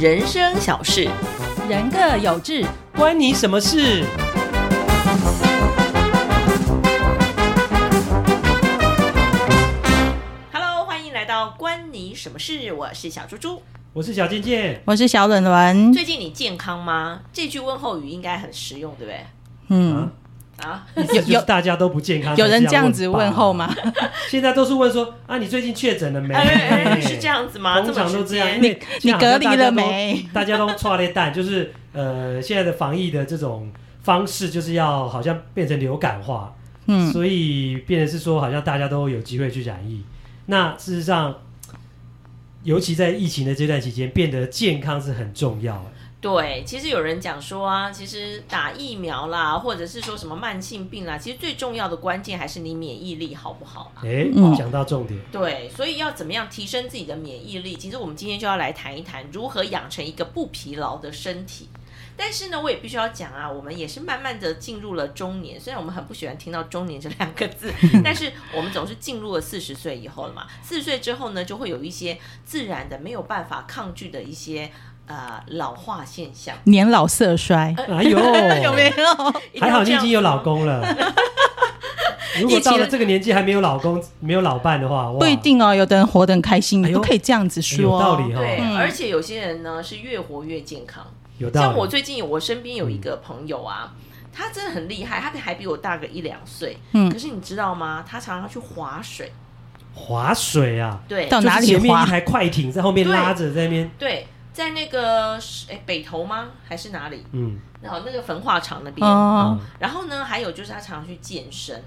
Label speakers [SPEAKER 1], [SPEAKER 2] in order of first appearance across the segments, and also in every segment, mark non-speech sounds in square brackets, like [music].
[SPEAKER 1] 人生小事，
[SPEAKER 2] 人各有志，
[SPEAKER 3] 关你什么事？
[SPEAKER 1] Hello，欢迎来到关你什么事？我是小猪猪。
[SPEAKER 3] 我是小健健，
[SPEAKER 2] 我是小冷伦。
[SPEAKER 1] 最近你健康吗？这句问候语应该很实用，对不对？
[SPEAKER 2] 嗯，
[SPEAKER 1] 啊，
[SPEAKER 3] 有
[SPEAKER 2] 有
[SPEAKER 3] 大家都不健康，
[SPEAKER 2] 有人
[SPEAKER 3] 才
[SPEAKER 2] 这样子
[SPEAKER 3] 吧
[SPEAKER 2] 问候？吗？
[SPEAKER 3] 现在都是问说啊，你最近确诊了没？
[SPEAKER 1] 哎哎哎是这样子吗？
[SPEAKER 3] 通常都
[SPEAKER 1] 么直
[SPEAKER 3] 这
[SPEAKER 1] 接
[SPEAKER 3] 样，因为
[SPEAKER 2] 你
[SPEAKER 3] 现在好像
[SPEAKER 2] 隔离了
[SPEAKER 3] 大家都
[SPEAKER 2] 没？
[SPEAKER 3] [laughs] 大家都抓了蛋，就是呃，现在的防疫的这种方式，就是要好像变成流感化，
[SPEAKER 2] 嗯，
[SPEAKER 3] 所以变成是说，好像大家都有机会去染疫。那事实上，尤其在疫情的这段期间，变得健康是很重要的。
[SPEAKER 1] 对，其实有人讲说啊，其实打疫苗啦，或者是说什么慢性病啦，其实最重要的关键还是你免疫力好不好啊？
[SPEAKER 3] 哎、
[SPEAKER 2] 嗯
[SPEAKER 3] 讲到重点，
[SPEAKER 1] 对，所以要怎么样提升自己的免疫力？其实我们今天就要来谈一谈如何养成一个不疲劳的身体。但是呢，我也必须要讲啊，我们也是慢慢的进入了中年。虽然我们很不喜欢听到“中年”这两个
[SPEAKER 3] [laughs]
[SPEAKER 1] 字，但是我们总是进入了四十岁以后了嘛。四十岁之后呢，就会有一些自然的没有办法抗拒的一些呃老化现象。
[SPEAKER 2] 年老色衰，
[SPEAKER 3] 哎呦，
[SPEAKER 2] [laughs] 有没有？
[SPEAKER 1] 一定要
[SPEAKER 3] 还好
[SPEAKER 1] 这
[SPEAKER 3] 你已
[SPEAKER 1] 样
[SPEAKER 3] 经有
[SPEAKER 1] 子吗
[SPEAKER 3] 老公了。
[SPEAKER 2] [laughs]
[SPEAKER 3] 如果到了这个年纪还没有老公、没有老伴的话，哇
[SPEAKER 2] 不一定哦，有的人活得很开心，
[SPEAKER 3] 哎
[SPEAKER 2] 你
[SPEAKER 3] 呦
[SPEAKER 2] 不可以这样子
[SPEAKER 3] 哎有
[SPEAKER 2] 说。
[SPEAKER 3] 道理哈、
[SPEAKER 1] 对，
[SPEAKER 2] 嗯
[SPEAKER 1] 而且有些人呢是越活越健康。
[SPEAKER 3] 有道理。
[SPEAKER 1] 像我最近有我身边有一个朋友啊，他真的很厉害，他还比我大个一两岁。
[SPEAKER 2] 嗯
[SPEAKER 1] 可是你知道吗？他常常去划水，
[SPEAKER 3] 划水啊，
[SPEAKER 1] 对
[SPEAKER 2] 到
[SPEAKER 3] 就是
[SPEAKER 2] 哪里
[SPEAKER 3] 前面一
[SPEAKER 2] 滑？
[SPEAKER 3] 台快艇在后面拉着，在那边，
[SPEAKER 1] 对，在那个哎北投吗？还是哪里？
[SPEAKER 3] 嗯，
[SPEAKER 1] 然后那个焚化厂那边。
[SPEAKER 2] 哦，
[SPEAKER 1] 然后呢，还有就是他常常去健身，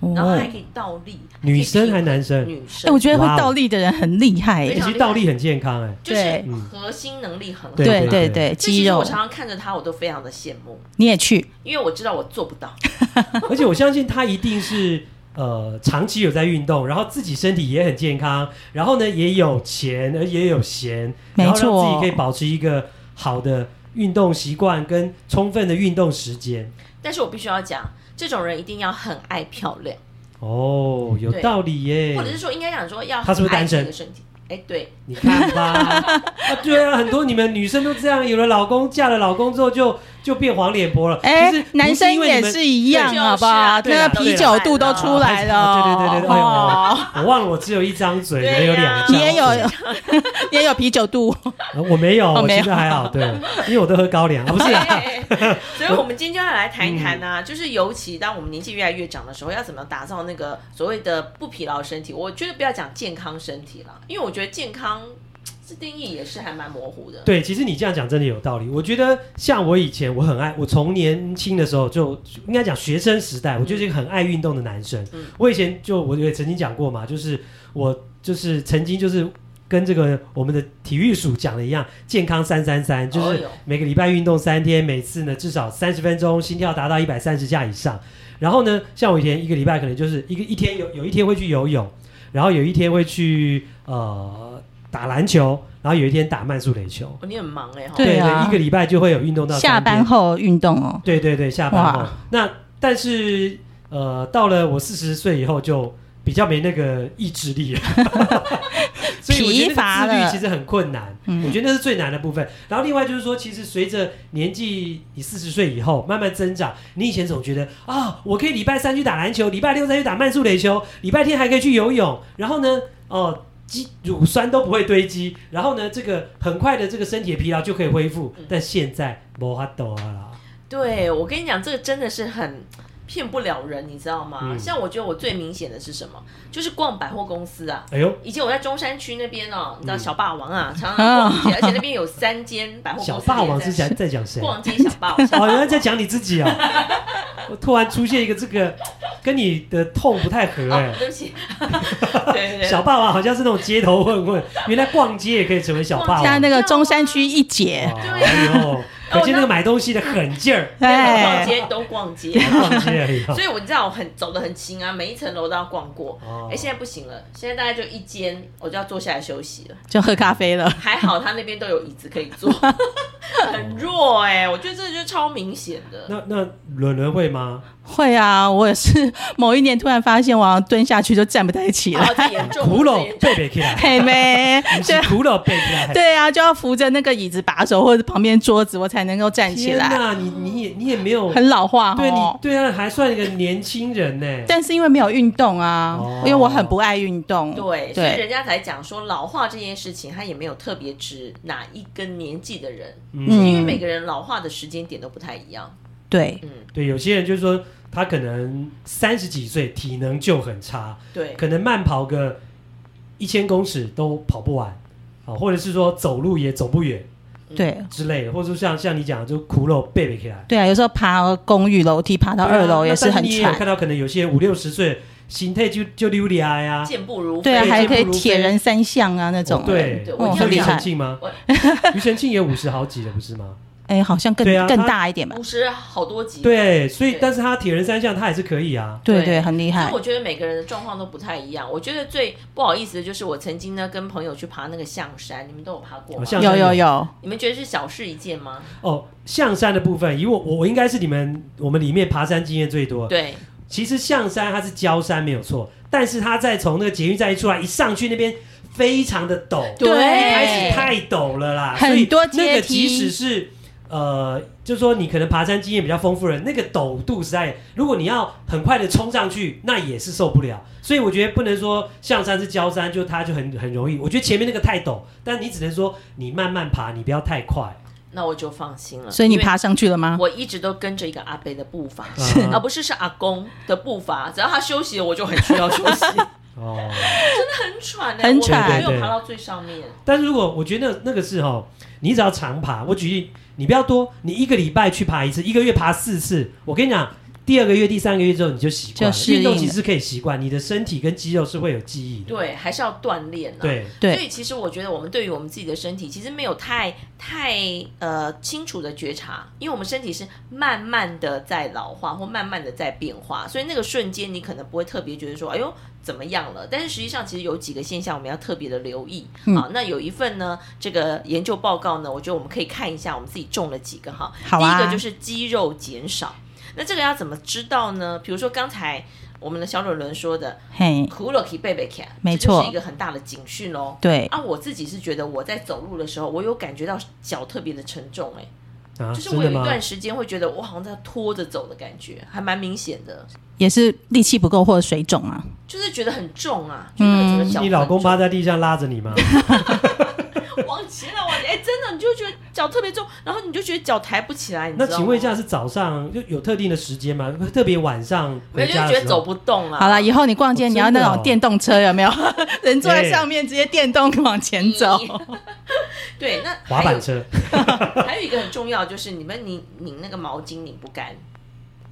[SPEAKER 1] 然后
[SPEAKER 2] 哦，
[SPEAKER 1] 还
[SPEAKER 2] 哎
[SPEAKER 1] 可，以倒立。
[SPEAKER 3] 女生还
[SPEAKER 1] 还可以
[SPEAKER 3] 男
[SPEAKER 1] 劈
[SPEAKER 3] 生，
[SPEAKER 1] 女生，
[SPEAKER 2] 我觉得会
[SPEAKER 3] 哇哦
[SPEAKER 2] 倒立的人很厉害
[SPEAKER 1] 非
[SPEAKER 3] 欸
[SPEAKER 2] 耶，
[SPEAKER 1] 常
[SPEAKER 3] 其实倒立很健康
[SPEAKER 2] [laughs]
[SPEAKER 3] 哎、
[SPEAKER 1] 就是
[SPEAKER 2] 对
[SPEAKER 3] 嗯
[SPEAKER 1] 核心能力很好。
[SPEAKER 3] 对
[SPEAKER 2] 对
[SPEAKER 3] 对
[SPEAKER 2] 对
[SPEAKER 3] 对
[SPEAKER 2] 对，
[SPEAKER 1] 这其
[SPEAKER 2] 肌
[SPEAKER 1] 实我
[SPEAKER 2] 肉
[SPEAKER 1] 常常看着他，我都非常的羡慕，
[SPEAKER 2] 你也去，
[SPEAKER 1] 因为我知道我做不到。 [laughs]
[SPEAKER 3] 而且我相信她一定是呃长期有在运动，然后自己身体也很健康，然后呢也有钱，而也有闲，
[SPEAKER 2] 没
[SPEAKER 3] 然后让自己
[SPEAKER 2] 错
[SPEAKER 3] 可以，保持一个好的运动习惯跟充分的运动时间。
[SPEAKER 1] 但是我必须要讲，这种人一定要很爱漂亮。
[SPEAKER 3] 哦，有
[SPEAKER 1] 对
[SPEAKER 3] 道理耶
[SPEAKER 1] 或。者是说应该讲说要
[SPEAKER 3] 他是不是
[SPEAKER 1] 很爱
[SPEAKER 3] 单身
[SPEAKER 1] 自己的身体？哎，对，
[SPEAKER 3] 你看
[SPEAKER 1] [laughs]
[SPEAKER 3] 吧，啊，对啊，很多你们女生都这样，有了老公，嫁了老公之后就就变黄脸婆了。
[SPEAKER 2] 哎
[SPEAKER 3] 其实，不
[SPEAKER 2] 男
[SPEAKER 3] 是
[SPEAKER 2] 生
[SPEAKER 3] 因为你
[SPEAKER 2] 也
[SPEAKER 3] 们
[SPEAKER 2] 是一样，
[SPEAKER 1] 对
[SPEAKER 2] 好不
[SPEAKER 1] 就是
[SPEAKER 2] 好
[SPEAKER 1] 啊？
[SPEAKER 3] 对
[SPEAKER 2] 那
[SPEAKER 3] 啦
[SPEAKER 2] 个啤
[SPEAKER 3] 对
[SPEAKER 2] 酒
[SPEAKER 3] 啦
[SPEAKER 2] 肚都出来了
[SPEAKER 3] 啊
[SPEAKER 2] 哦，
[SPEAKER 3] 对对对对，哎呦
[SPEAKER 2] 哦
[SPEAKER 3] 我忘了我只有一张嘴，
[SPEAKER 1] 对呀
[SPEAKER 3] 没有两张。
[SPEAKER 2] 你也有，你也有啤酒肚，
[SPEAKER 3] 呃我没有，
[SPEAKER 2] 哦
[SPEAKER 3] 我
[SPEAKER 2] 没
[SPEAKER 3] 其
[SPEAKER 2] 有
[SPEAKER 3] 实还好，对，因为我都喝高粱啊，不是啊，嗯
[SPEAKER 1] 对 [laughs] 所以我们今天就要来谈一谈呢、啊
[SPEAKER 3] [laughs]
[SPEAKER 1] 就是尤其当我们年纪越来越长的时候，要怎么打造那个所谓的不疲劳身体？我觉得不要讲健康身体了，因为我觉得健康这定义也是还蛮模糊的。
[SPEAKER 3] 对，其实你这样讲真的有道理。我觉得像我以前，我很爱，我从年轻的时候就应该讲学生时代，我就是一个很爱运动的男生。
[SPEAKER 1] 嗯
[SPEAKER 3] 我以前就我也曾经讲过嘛，就是我就是曾经就是跟这个我们的体育署讲的一样，健康三三三，就
[SPEAKER 1] 哦
[SPEAKER 3] 是
[SPEAKER 1] 哟
[SPEAKER 3] 每个礼拜运动三天，每次呢至少三十分钟，心跳达到一百三十下以上。然后呢，像我以前一个礼拜可能就是一个一天有有一天会去游泳，然后有一天会去呃打篮球，然后有一天打慢速垒球。
[SPEAKER 1] 哦你很忙哎、哈，
[SPEAKER 2] 对
[SPEAKER 3] 对
[SPEAKER 2] 啊
[SPEAKER 3] 一个礼拜就会有运动到
[SPEAKER 2] 下
[SPEAKER 3] 三
[SPEAKER 2] 班
[SPEAKER 3] 天。
[SPEAKER 2] 后运动哦。
[SPEAKER 3] 对对对，下班后
[SPEAKER 2] 哇。
[SPEAKER 3] 那但是呃，到了我四十岁以后就比较没那个意志
[SPEAKER 2] [laughs]
[SPEAKER 3] 力了， [laughs] 所以我觉
[SPEAKER 2] 疲
[SPEAKER 3] 得
[SPEAKER 2] 乏
[SPEAKER 3] 那个自律
[SPEAKER 2] 了
[SPEAKER 3] 其实很困难。
[SPEAKER 2] 嗯
[SPEAKER 3] 我觉得那是最难的部分。然后另外就是说，其实随着年纪你四十岁以后慢慢增长，你以前总觉得啊，我可以礼拜三去打篮球，礼拜六再去打慢速垒球，礼拜天还可以去游泳，然后呢，哦。肌乳酸都不会堆积，然后呢，这个很快的这个身体的疲劳就可以恢复
[SPEAKER 1] 嗯。
[SPEAKER 3] 但现在没法抖啊啦，
[SPEAKER 1] 对我跟你讲，这个真的是很骗不了人，你知道吗？
[SPEAKER 3] 嗯
[SPEAKER 1] 像我觉得我最明显的是什么？就是逛百货公司啊，
[SPEAKER 3] 哎呦，
[SPEAKER 1] 以前我在中山区那边哦，你知道
[SPEAKER 3] 嗯
[SPEAKER 1] 小霸王
[SPEAKER 3] [laughs]
[SPEAKER 1] 啊，常常逛街，而且那边有三间百货公司。
[SPEAKER 3] 小霸王是在在讲谁？啊
[SPEAKER 1] 逛街小霸
[SPEAKER 3] [laughs]
[SPEAKER 1] 王，小霸
[SPEAKER 3] 哦，原来
[SPEAKER 1] 王。
[SPEAKER 3] 在讲你自己啊！ [laughs] 我突然出现一个这个跟你的痛不太合哎、
[SPEAKER 1] 哦，对不起， [laughs] 对对对，
[SPEAKER 3] 小霸王好像是那种街头混混，原来逛街也可以成为小霸
[SPEAKER 1] 好
[SPEAKER 2] 像
[SPEAKER 3] 王。
[SPEAKER 2] 那个中山区一姐，
[SPEAKER 3] 哦
[SPEAKER 1] 对
[SPEAKER 3] 哎呦，可见那个买东西的狠劲儿，
[SPEAKER 1] 逛
[SPEAKER 2] 对，
[SPEAKER 1] 街都逛
[SPEAKER 3] [laughs]
[SPEAKER 1] 街，
[SPEAKER 3] 逛街而已哦。
[SPEAKER 1] 所以我知道我很走得很勤啊，每一层楼都要逛过。
[SPEAKER 3] 哦
[SPEAKER 1] 哎，现在不行了，现在大概就一间，我就要坐下来休息了。 [laughs]
[SPEAKER 2] 就喝咖啡了。
[SPEAKER 3] [laughs]
[SPEAKER 1] 还好他那边都有椅子可以坐，很弱哎、我觉得这就是超明显的。
[SPEAKER 3] 那那伦伦会吗？
[SPEAKER 2] 会啊，我也是 [laughs] 某一年突然发现，我好像蹲下去就站不太起
[SPEAKER 1] 然
[SPEAKER 2] 来，
[SPEAKER 1] 后哦这严重，
[SPEAKER 3] [laughs] 苦
[SPEAKER 1] 这
[SPEAKER 3] 了
[SPEAKER 1] 严重
[SPEAKER 3] 背背起来，
[SPEAKER 2] 嘿没， [laughs]
[SPEAKER 3] [laughs]
[SPEAKER 2] 对
[SPEAKER 3] 哦
[SPEAKER 2] 啊
[SPEAKER 3] 是苦了背起来。
[SPEAKER 2] 对啊，就要扶着那个椅子把手或者旁边桌子，我才能够站起
[SPEAKER 3] 天
[SPEAKER 2] 来，
[SPEAKER 3] 哪，你你也你也没有，
[SPEAKER 2] 很老化
[SPEAKER 3] 对你
[SPEAKER 2] 哦。
[SPEAKER 3] 对啊，还算一个年轻人呢。
[SPEAKER 2] 但是因为没有运动啊，
[SPEAKER 3] 哦
[SPEAKER 2] 因为我很不爱运动，
[SPEAKER 1] 对，所以
[SPEAKER 2] 嗯对
[SPEAKER 1] 人家才讲说老化这件事情，他也没有特别指哪一跟年纪的人，
[SPEAKER 2] 嗯
[SPEAKER 1] 因为每个人老化的时间点都不太一样。
[SPEAKER 2] 对
[SPEAKER 1] 嗯，
[SPEAKER 3] 对，有些人就是说他可能三十几岁体能就很差，
[SPEAKER 1] 对，
[SPEAKER 3] 可能慢跑个一千公尺都跑不完，啊，或者是说走路也走不远
[SPEAKER 2] 对
[SPEAKER 3] 之类的，或者说像像你讲的就苦肉背背起来。
[SPEAKER 2] 对啊，有时候爬公寓楼梯爬到
[SPEAKER 3] 对啊
[SPEAKER 2] 二楼也
[SPEAKER 3] 那
[SPEAKER 2] 是很
[SPEAKER 3] 但你也有
[SPEAKER 2] 喘，
[SPEAKER 3] 看到可能有些五六十岁心态就就溜达呀，
[SPEAKER 1] 健步如飞。
[SPEAKER 2] 对啊，
[SPEAKER 3] 对
[SPEAKER 2] 还可以
[SPEAKER 3] 健步如飞
[SPEAKER 2] 铁人三项啊那种
[SPEAKER 3] 哦，
[SPEAKER 1] 人
[SPEAKER 3] 对
[SPEAKER 1] 对，
[SPEAKER 2] 我一定要
[SPEAKER 3] 像庾
[SPEAKER 2] 讲
[SPEAKER 3] 澄庆吗
[SPEAKER 1] 我？
[SPEAKER 3] 庾澄庆也五十好几了，不是吗？
[SPEAKER 2] 哎，好像更
[SPEAKER 3] 对啊
[SPEAKER 2] 更
[SPEAKER 3] 他
[SPEAKER 2] 大一点吧，
[SPEAKER 1] 五十好多集。，
[SPEAKER 2] 啊
[SPEAKER 3] 对，所以
[SPEAKER 1] 对
[SPEAKER 3] 但是他铁人三项他还是可以啊。
[SPEAKER 2] 对
[SPEAKER 1] 对
[SPEAKER 2] 对，很厉
[SPEAKER 1] 所
[SPEAKER 2] 害
[SPEAKER 1] 以我，觉得每个人的状况都不太一样。我觉得最不好意思的就是我曾经呢跟朋友去爬那个象山，你们都有爬过
[SPEAKER 3] 哦
[SPEAKER 1] 吗？
[SPEAKER 3] 象
[SPEAKER 2] 有有有，
[SPEAKER 1] 你们觉得是小事一件吗？
[SPEAKER 3] 哦，象山的部分，以我我我应该是你们我们里面爬山经验最多。
[SPEAKER 1] 对，
[SPEAKER 3] 其实象山它是焦山没有错，但是它在从那个捷运站一出来一上去那边非常的陡，
[SPEAKER 1] 对
[SPEAKER 3] 一开
[SPEAKER 1] 哎
[SPEAKER 3] 始太陡了啦，
[SPEAKER 2] 很
[SPEAKER 3] 所以
[SPEAKER 2] 多阶
[SPEAKER 3] 那个
[SPEAKER 2] 梯
[SPEAKER 3] 即使是。呃，就说你可能爬山经验比较丰富的人，那个陡度实在，如果你要很快的冲上去，那也是受不了。所以我觉得不能说象山是焦山，就它就很很容易。我觉得前面那个太陡，但你只能说你慢慢爬，你不要太快。
[SPEAKER 1] 那我就放心
[SPEAKER 3] 嗯
[SPEAKER 1] 了。
[SPEAKER 2] 所以你
[SPEAKER 1] 因为
[SPEAKER 2] 爬上去了吗？
[SPEAKER 1] 我一直都跟着一个阿伯的步伐，
[SPEAKER 3] 是
[SPEAKER 1] 而不是是阿公的步伐。只要他休息了，我就很需要休息。
[SPEAKER 3] 哦，
[SPEAKER 1] [laughs] 很喘、欸，
[SPEAKER 2] 很
[SPEAKER 1] 我
[SPEAKER 2] 喘
[SPEAKER 1] 我没
[SPEAKER 3] 对对
[SPEAKER 1] 有爬到最上面。
[SPEAKER 3] 但是如果我觉得那那个是哈、你只要常爬，我举例，你不要多，你一个礼拜去爬一次，一个月爬四次，我跟你讲，第二个月、第三个月之后你就习惯了
[SPEAKER 2] 就，适应
[SPEAKER 3] 运动
[SPEAKER 2] 了
[SPEAKER 3] 其实可以习惯，你的身体跟肌肉是会有记忆的。
[SPEAKER 1] 对，还是要锻炼、啊。。
[SPEAKER 3] 对，
[SPEAKER 2] 对
[SPEAKER 1] 所以其实我觉得我们对于我们自己的身体，其实没有太太呃清楚的觉察，因为我们身体是慢慢的在老化或慢慢的在变化，所以那个瞬间你可能不会特别觉得说，哎呦怎么样了？但是实际上其实有几个现象我们要特别的留意。
[SPEAKER 2] 嗯
[SPEAKER 1] 好，那有一份呢这个研究报告呢，我觉得我们可以看一下我们自己中了几个哈。
[SPEAKER 2] 好啊
[SPEAKER 1] 第一个就是肌肉减少，那这个要怎么知道呢？比如说刚才我们的小伦伦说的，
[SPEAKER 2] 嘿，
[SPEAKER 1] 苦了起贝贝看，
[SPEAKER 2] 没
[SPEAKER 1] 这就
[SPEAKER 2] 错
[SPEAKER 1] 是一个很大的警讯哦。
[SPEAKER 2] 对，
[SPEAKER 1] 啊，我自己是觉得我在走路的时候，我有感觉到脚特别的沉重、欸，
[SPEAKER 3] 啊，
[SPEAKER 1] 就是
[SPEAKER 3] 真
[SPEAKER 1] 我有
[SPEAKER 3] 的
[SPEAKER 1] 一
[SPEAKER 3] 吗？
[SPEAKER 1] 段时间会觉得我好像在拖着走的感觉，还蛮明显的，
[SPEAKER 2] 也是力气不够或者水肿啊，
[SPEAKER 1] 就是觉得很重啊，就是整个
[SPEAKER 2] 嗯
[SPEAKER 1] 脚、
[SPEAKER 3] 你老公趴？在地上拉着你
[SPEAKER 1] [laughs]
[SPEAKER 3] 吗？
[SPEAKER 1] 往前了，往前，哎、真的，你就觉得脚特别重，然后你就觉得脚抬不起来，你知
[SPEAKER 3] 那
[SPEAKER 1] 道吗？
[SPEAKER 3] 请问一下，，是早上就有特定的时间吗？特别晚上
[SPEAKER 1] 没有，
[SPEAKER 3] 回
[SPEAKER 1] 就是
[SPEAKER 3] 家
[SPEAKER 1] 觉
[SPEAKER 3] 的
[SPEAKER 1] 得
[SPEAKER 3] 时
[SPEAKER 1] 走
[SPEAKER 3] 候？
[SPEAKER 1] 不动啊。
[SPEAKER 2] 好啦，以后你逛
[SPEAKER 3] 哦
[SPEAKER 2] 街，你
[SPEAKER 3] 真
[SPEAKER 2] 要
[SPEAKER 3] 的
[SPEAKER 2] 那
[SPEAKER 3] 哦
[SPEAKER 2] 种电动车有
[SPEAKER 3] [laughs]
[SPEAKER 2] 没有？人坐在上面，直接电动往前
[SPEAKER 3] 嗯
[SPEAKER 2] 走。
[SPEAKER 1] [laughs] 对，那
[SPEAKER 3] 滑
[SPEAKER 1] 还有
[SPEAKER 3] 板车，
[SPEAKER 1] 还有一个很重要就是你们拧拧那个毛巾拧不干，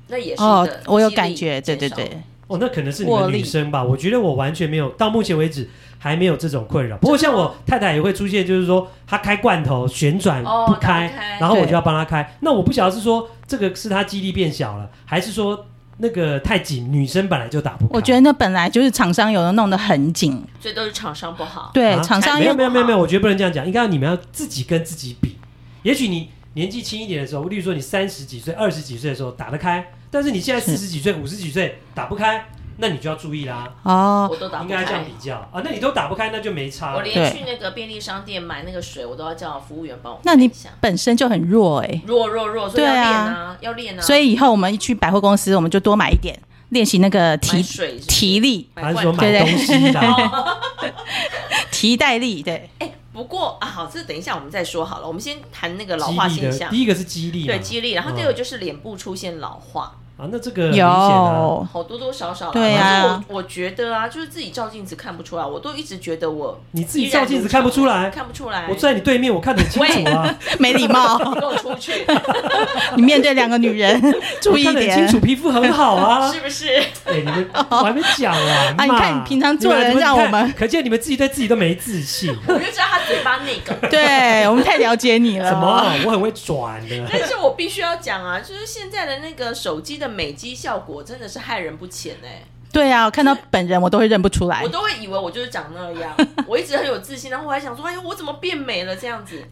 [SPEAKER 1] 那也是
[SPEAKER 2] 哦
[SPEAKER 1] 一个，
[SPEAKER 2] 我有
[SPEAKER 1] 肌力
[SPEAKER 2] 感觉，对对
[SPEAKER 1] 减少
[SPEAKER 2] 对，
[SPEAKER 3] 哦，那可能是你
[SPEAKER 2] 握
[SPEAKER 3] 们
[SPEAKER 2] 力
[SPEAKER 3] 女生吧？我觉得我完全没有，到目前为止还没有这种困扰。不过像我太太也会出现，就是说她开罐头旋转
[SPEAKER 1] 哦
[SPEAKER 3] 不
[SPEAKER 1] 打不
[SPEAKER 3] 开，
[SPEAKER 1] 开
[SPEAKER 3] 然后我
[SPEAKER 2] 对
[SPEAKER 3] 就要帮她开。那我不晓得是说这个是她肌力变小了，还是说那个太紧，女生本来就打不开。
[SPEAKER 2] 我觉
[SPEAKER 3] 得
[SPEAKER 2] 得那本来就是厂商有人弄得很紧，
[SPEAKER 1] 所以都是厂商不好。
[SPEAKER 2] 对，
[SPEAKER 3] 啊
[SPEAKER 2] 厂商
[SPEAKER 3] 没
[SPEAKER 2] 因
[SPEAKER 3] 有
[SPEAKER 2] 为
[SPEAKER 3] 没有没有没有，我觉得不能这样讲，应该要你们要自己跟自己比。也许你年纪轻一点的时候，例如说你三十几岁、二十几岁的时候打得开，但是你现在四
[SPEAKER 2] 是
[SPEAKER 3] 十几岁、五十几岁打不开，那你就要注意啦。
[SPEAKER 2] 哦，
[SPEAKER 1] 我都打
[SPEAKER 3] 应
[SPEAKER 1] 不
[SPEAKER 3] 该这样
[SPEAKER 1] 开
[SPEAKER 3] 比。较啊，那你都打不开，那就没差。
[SPEAKER 1] 我
[SPEAKER 3] 了。
[SPEAKER 1] 连去那个便利商店买那个水，我都要叫服务员帮我
[SPEAKER 2] 那你
[SPEAKER 1] 看一下
[SPEAKER 2] 本身就很弱哎、
[SPEAKER 1] 弱弱弱，所以
[SPEAKER 2] 对
[SPEAKER 1] 要
[SPEAKER 2] 啊
[SPEAKER 1] 练啊，要练啊。
[SPEAKER 3] 嗯
[SPEAKER 2] 所以以后我们一去百货公司，我们就多买一点，练习那个
[SPEAKER 1] 买
[SPEAKER 2] 提
[SPEAKER 1] 水是不是
[SPEAKER 2] 提力、
[SPEAKER 3] 还
[SPEAKER 1] 买
[SPEAKER 3] 是说
[SPEAKER 1] 罐头。
[SPEAKER 3] 买
[SPEAKER 2] 对
[SPEAKER 3] 东
[SPEAKER 2] 对
[SPEAKER 3] 西啦，
[SPEAKER 2] 提带力，对，
[SPEAKER 1] [laughs] 不过啊，好，这等一下我们再说好了。我们先谈那个 [laughs] 老化
[SPEAKER 3] 激励
[SPEAKER 1] 现
[SPEAKER 3] 的。
[SPEAKER 1] 象
[SPEAKER 3] 第，一个是激励嘛，
[SPEAKER 1] 对肌力，然后
[SPEAKER 3] 嗯
[SPEAKER 1] 第二个就是脸部出现老化，
[SPEAKER 3] 啊，那这个很明显啊，
[SPEAKER 2] 有
[SPEAKER 1] 好多多少少啦。
[SPEAKER 2] 对啊
[SPEAKER 1] 可是我我觉得啊，就是自己照镜子看不出来，我都一直觉得我
[SPEAKER 3] 你自己照镜子看不出
[SPEAKER 1] 依然如
[SPEAKER 3] 来
[SPEAKER 1] 常，看不出来。
[SPEAKER 3] 我坐在你对面，我看得很清楚啊，
[SPEAKER 2] 没礼貌，
[SPEAKER 1] 你跟我出
[SPEAKER 3] [laughs]
[SPEAKER 1] 去，
[SPEAKER 2] 你面对两个女人，注
[SPEAKER 3] 我
[SPEAKER 2] 意一
[SPEAKER 3] 看得很清
[SPEAKER 2] 点。
[SPEAKER 3] 楚，皮肤很好啊
[SPEAKER 1] [laughs] 是。不是？
[SPEAKER 3] 哎，你们我还没讲完嘛
[SPEAKER 2] 啊你看你平常做人
[SPEAKER 3] 你们
[SPEAKER 2] 让我们
[SPEAKER 3] 你看可见你们自己对自己都没
[SPEAKER 1] [laughs]
[SPEAKER 3] 自信。
[SPEAKER 1] 我就知道他嘴巴那个。 [laughs]
[SPEAKER 2] 对我们太了解你了，
[SPEAKER 3] 什么啊？我很会转的。
[SPEAKER 1] 但是我必须要讲啊， [laughs] 就是现在的那个手机的美肌效果真的是害人不浅哎、
[SPEAKER 2] 对啊，我看到本人我都会认不出来
[SPEAKER 1] 我，都会以为我
[SPEAKER 3] [laughs]
[SPEAKER 1] 哎就是长那样，我一直很有自信，然后我还想说，哎呦，我怎么变美了这样子？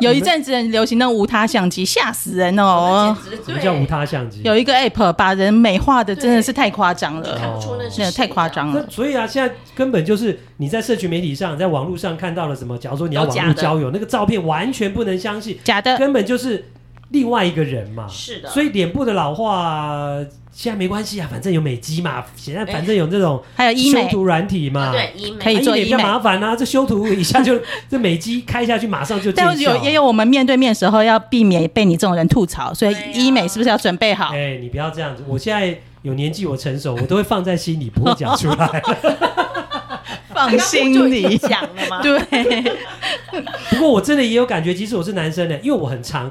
[SPEAKER 2] 有一阵子很流行那种无他相机，吓死人哦！
[SPEAKER 1] 简直
[SPEAKER 3] 什
[SPEAKER 1] 对
[SPEAKER 3] 么叫无他相机？
[SPEAKER 2] 有一个 app 把人美化的真的是太夸张
[SPEAKER 1] 你
[SPEAKER 2] 了，
[SPEAKER 1] 看不出哦那是
[SPEAKER 2] 真的
[SPEAKER 1] 谁啊
[SPEAKER 2] 太夸张了
[SPEAKER 3] 那。所以啊，现在根本就是你在社群媒体上，在网络上看到了什么，假如说你要
[SPEAKER 1] 都假
[SPEAKER 3] 网络
[SPEAKER 1] 的
[SPEAKER 3] 交友，那个照片完全不能相信，
[SPEAKER 2] 假的，
[SPEAKER 3] 根本就是另外一个人嘛。
[SPEAKER 1] 是的，
[SPEAKER 3] 所
[SPEAKER 1] 以
[SPEAKER 3] 以脸部的老化现在没关系啊，反正有美肌嘛，现在反正有这种
[SPEAKER 2] 还有哎呃医
[SPEAKER 3] 修
[SPEAKER 2] 美，
[SPEAKER 3] 图软体嘛，
[SPEAKER 1] 对医美
[SPEAKER 2] 可以
[SPEAKER 3] 啊
[SPEAKER 2] 做
[SPEAKER 3] 医美比较
[SPEAKER 2] 医美
[SPEAKER 3] 麻烦啊，这修图一下
[SPEAKER 2] [laughs]
[SPEAKER 3] 就这美肌开下去马上就见
[SPEAKER 2] 但有
[SPEAKER 3] 效
[SPEAKER 2] 也有我们面对面时候要避免被你这种人吐槽，所以
[SPEAKER 1] 对呀
[SPEAKER 2] 医美是不是要准备好？
[SPEAKER 3] 哎、你不要这样子，我现在有年纪，我成熟，我都会放在心里，不会讲出
[SPEAKER 2] [laughs]
[SPEAKER 3] 来。
[SPEAKER 2] 放
[SPEAKER 1] 就
[SPEAKER 2] 心
[SPEAKER 1] 已经
[SPEAKER 2] 里，
[SPEAKER 1] 讲了吗？
[SPEAKER 2] [laughs] 对，
[SPEAKER 3] 不过我真的也有感觉，即使我是男生呢，因为我很常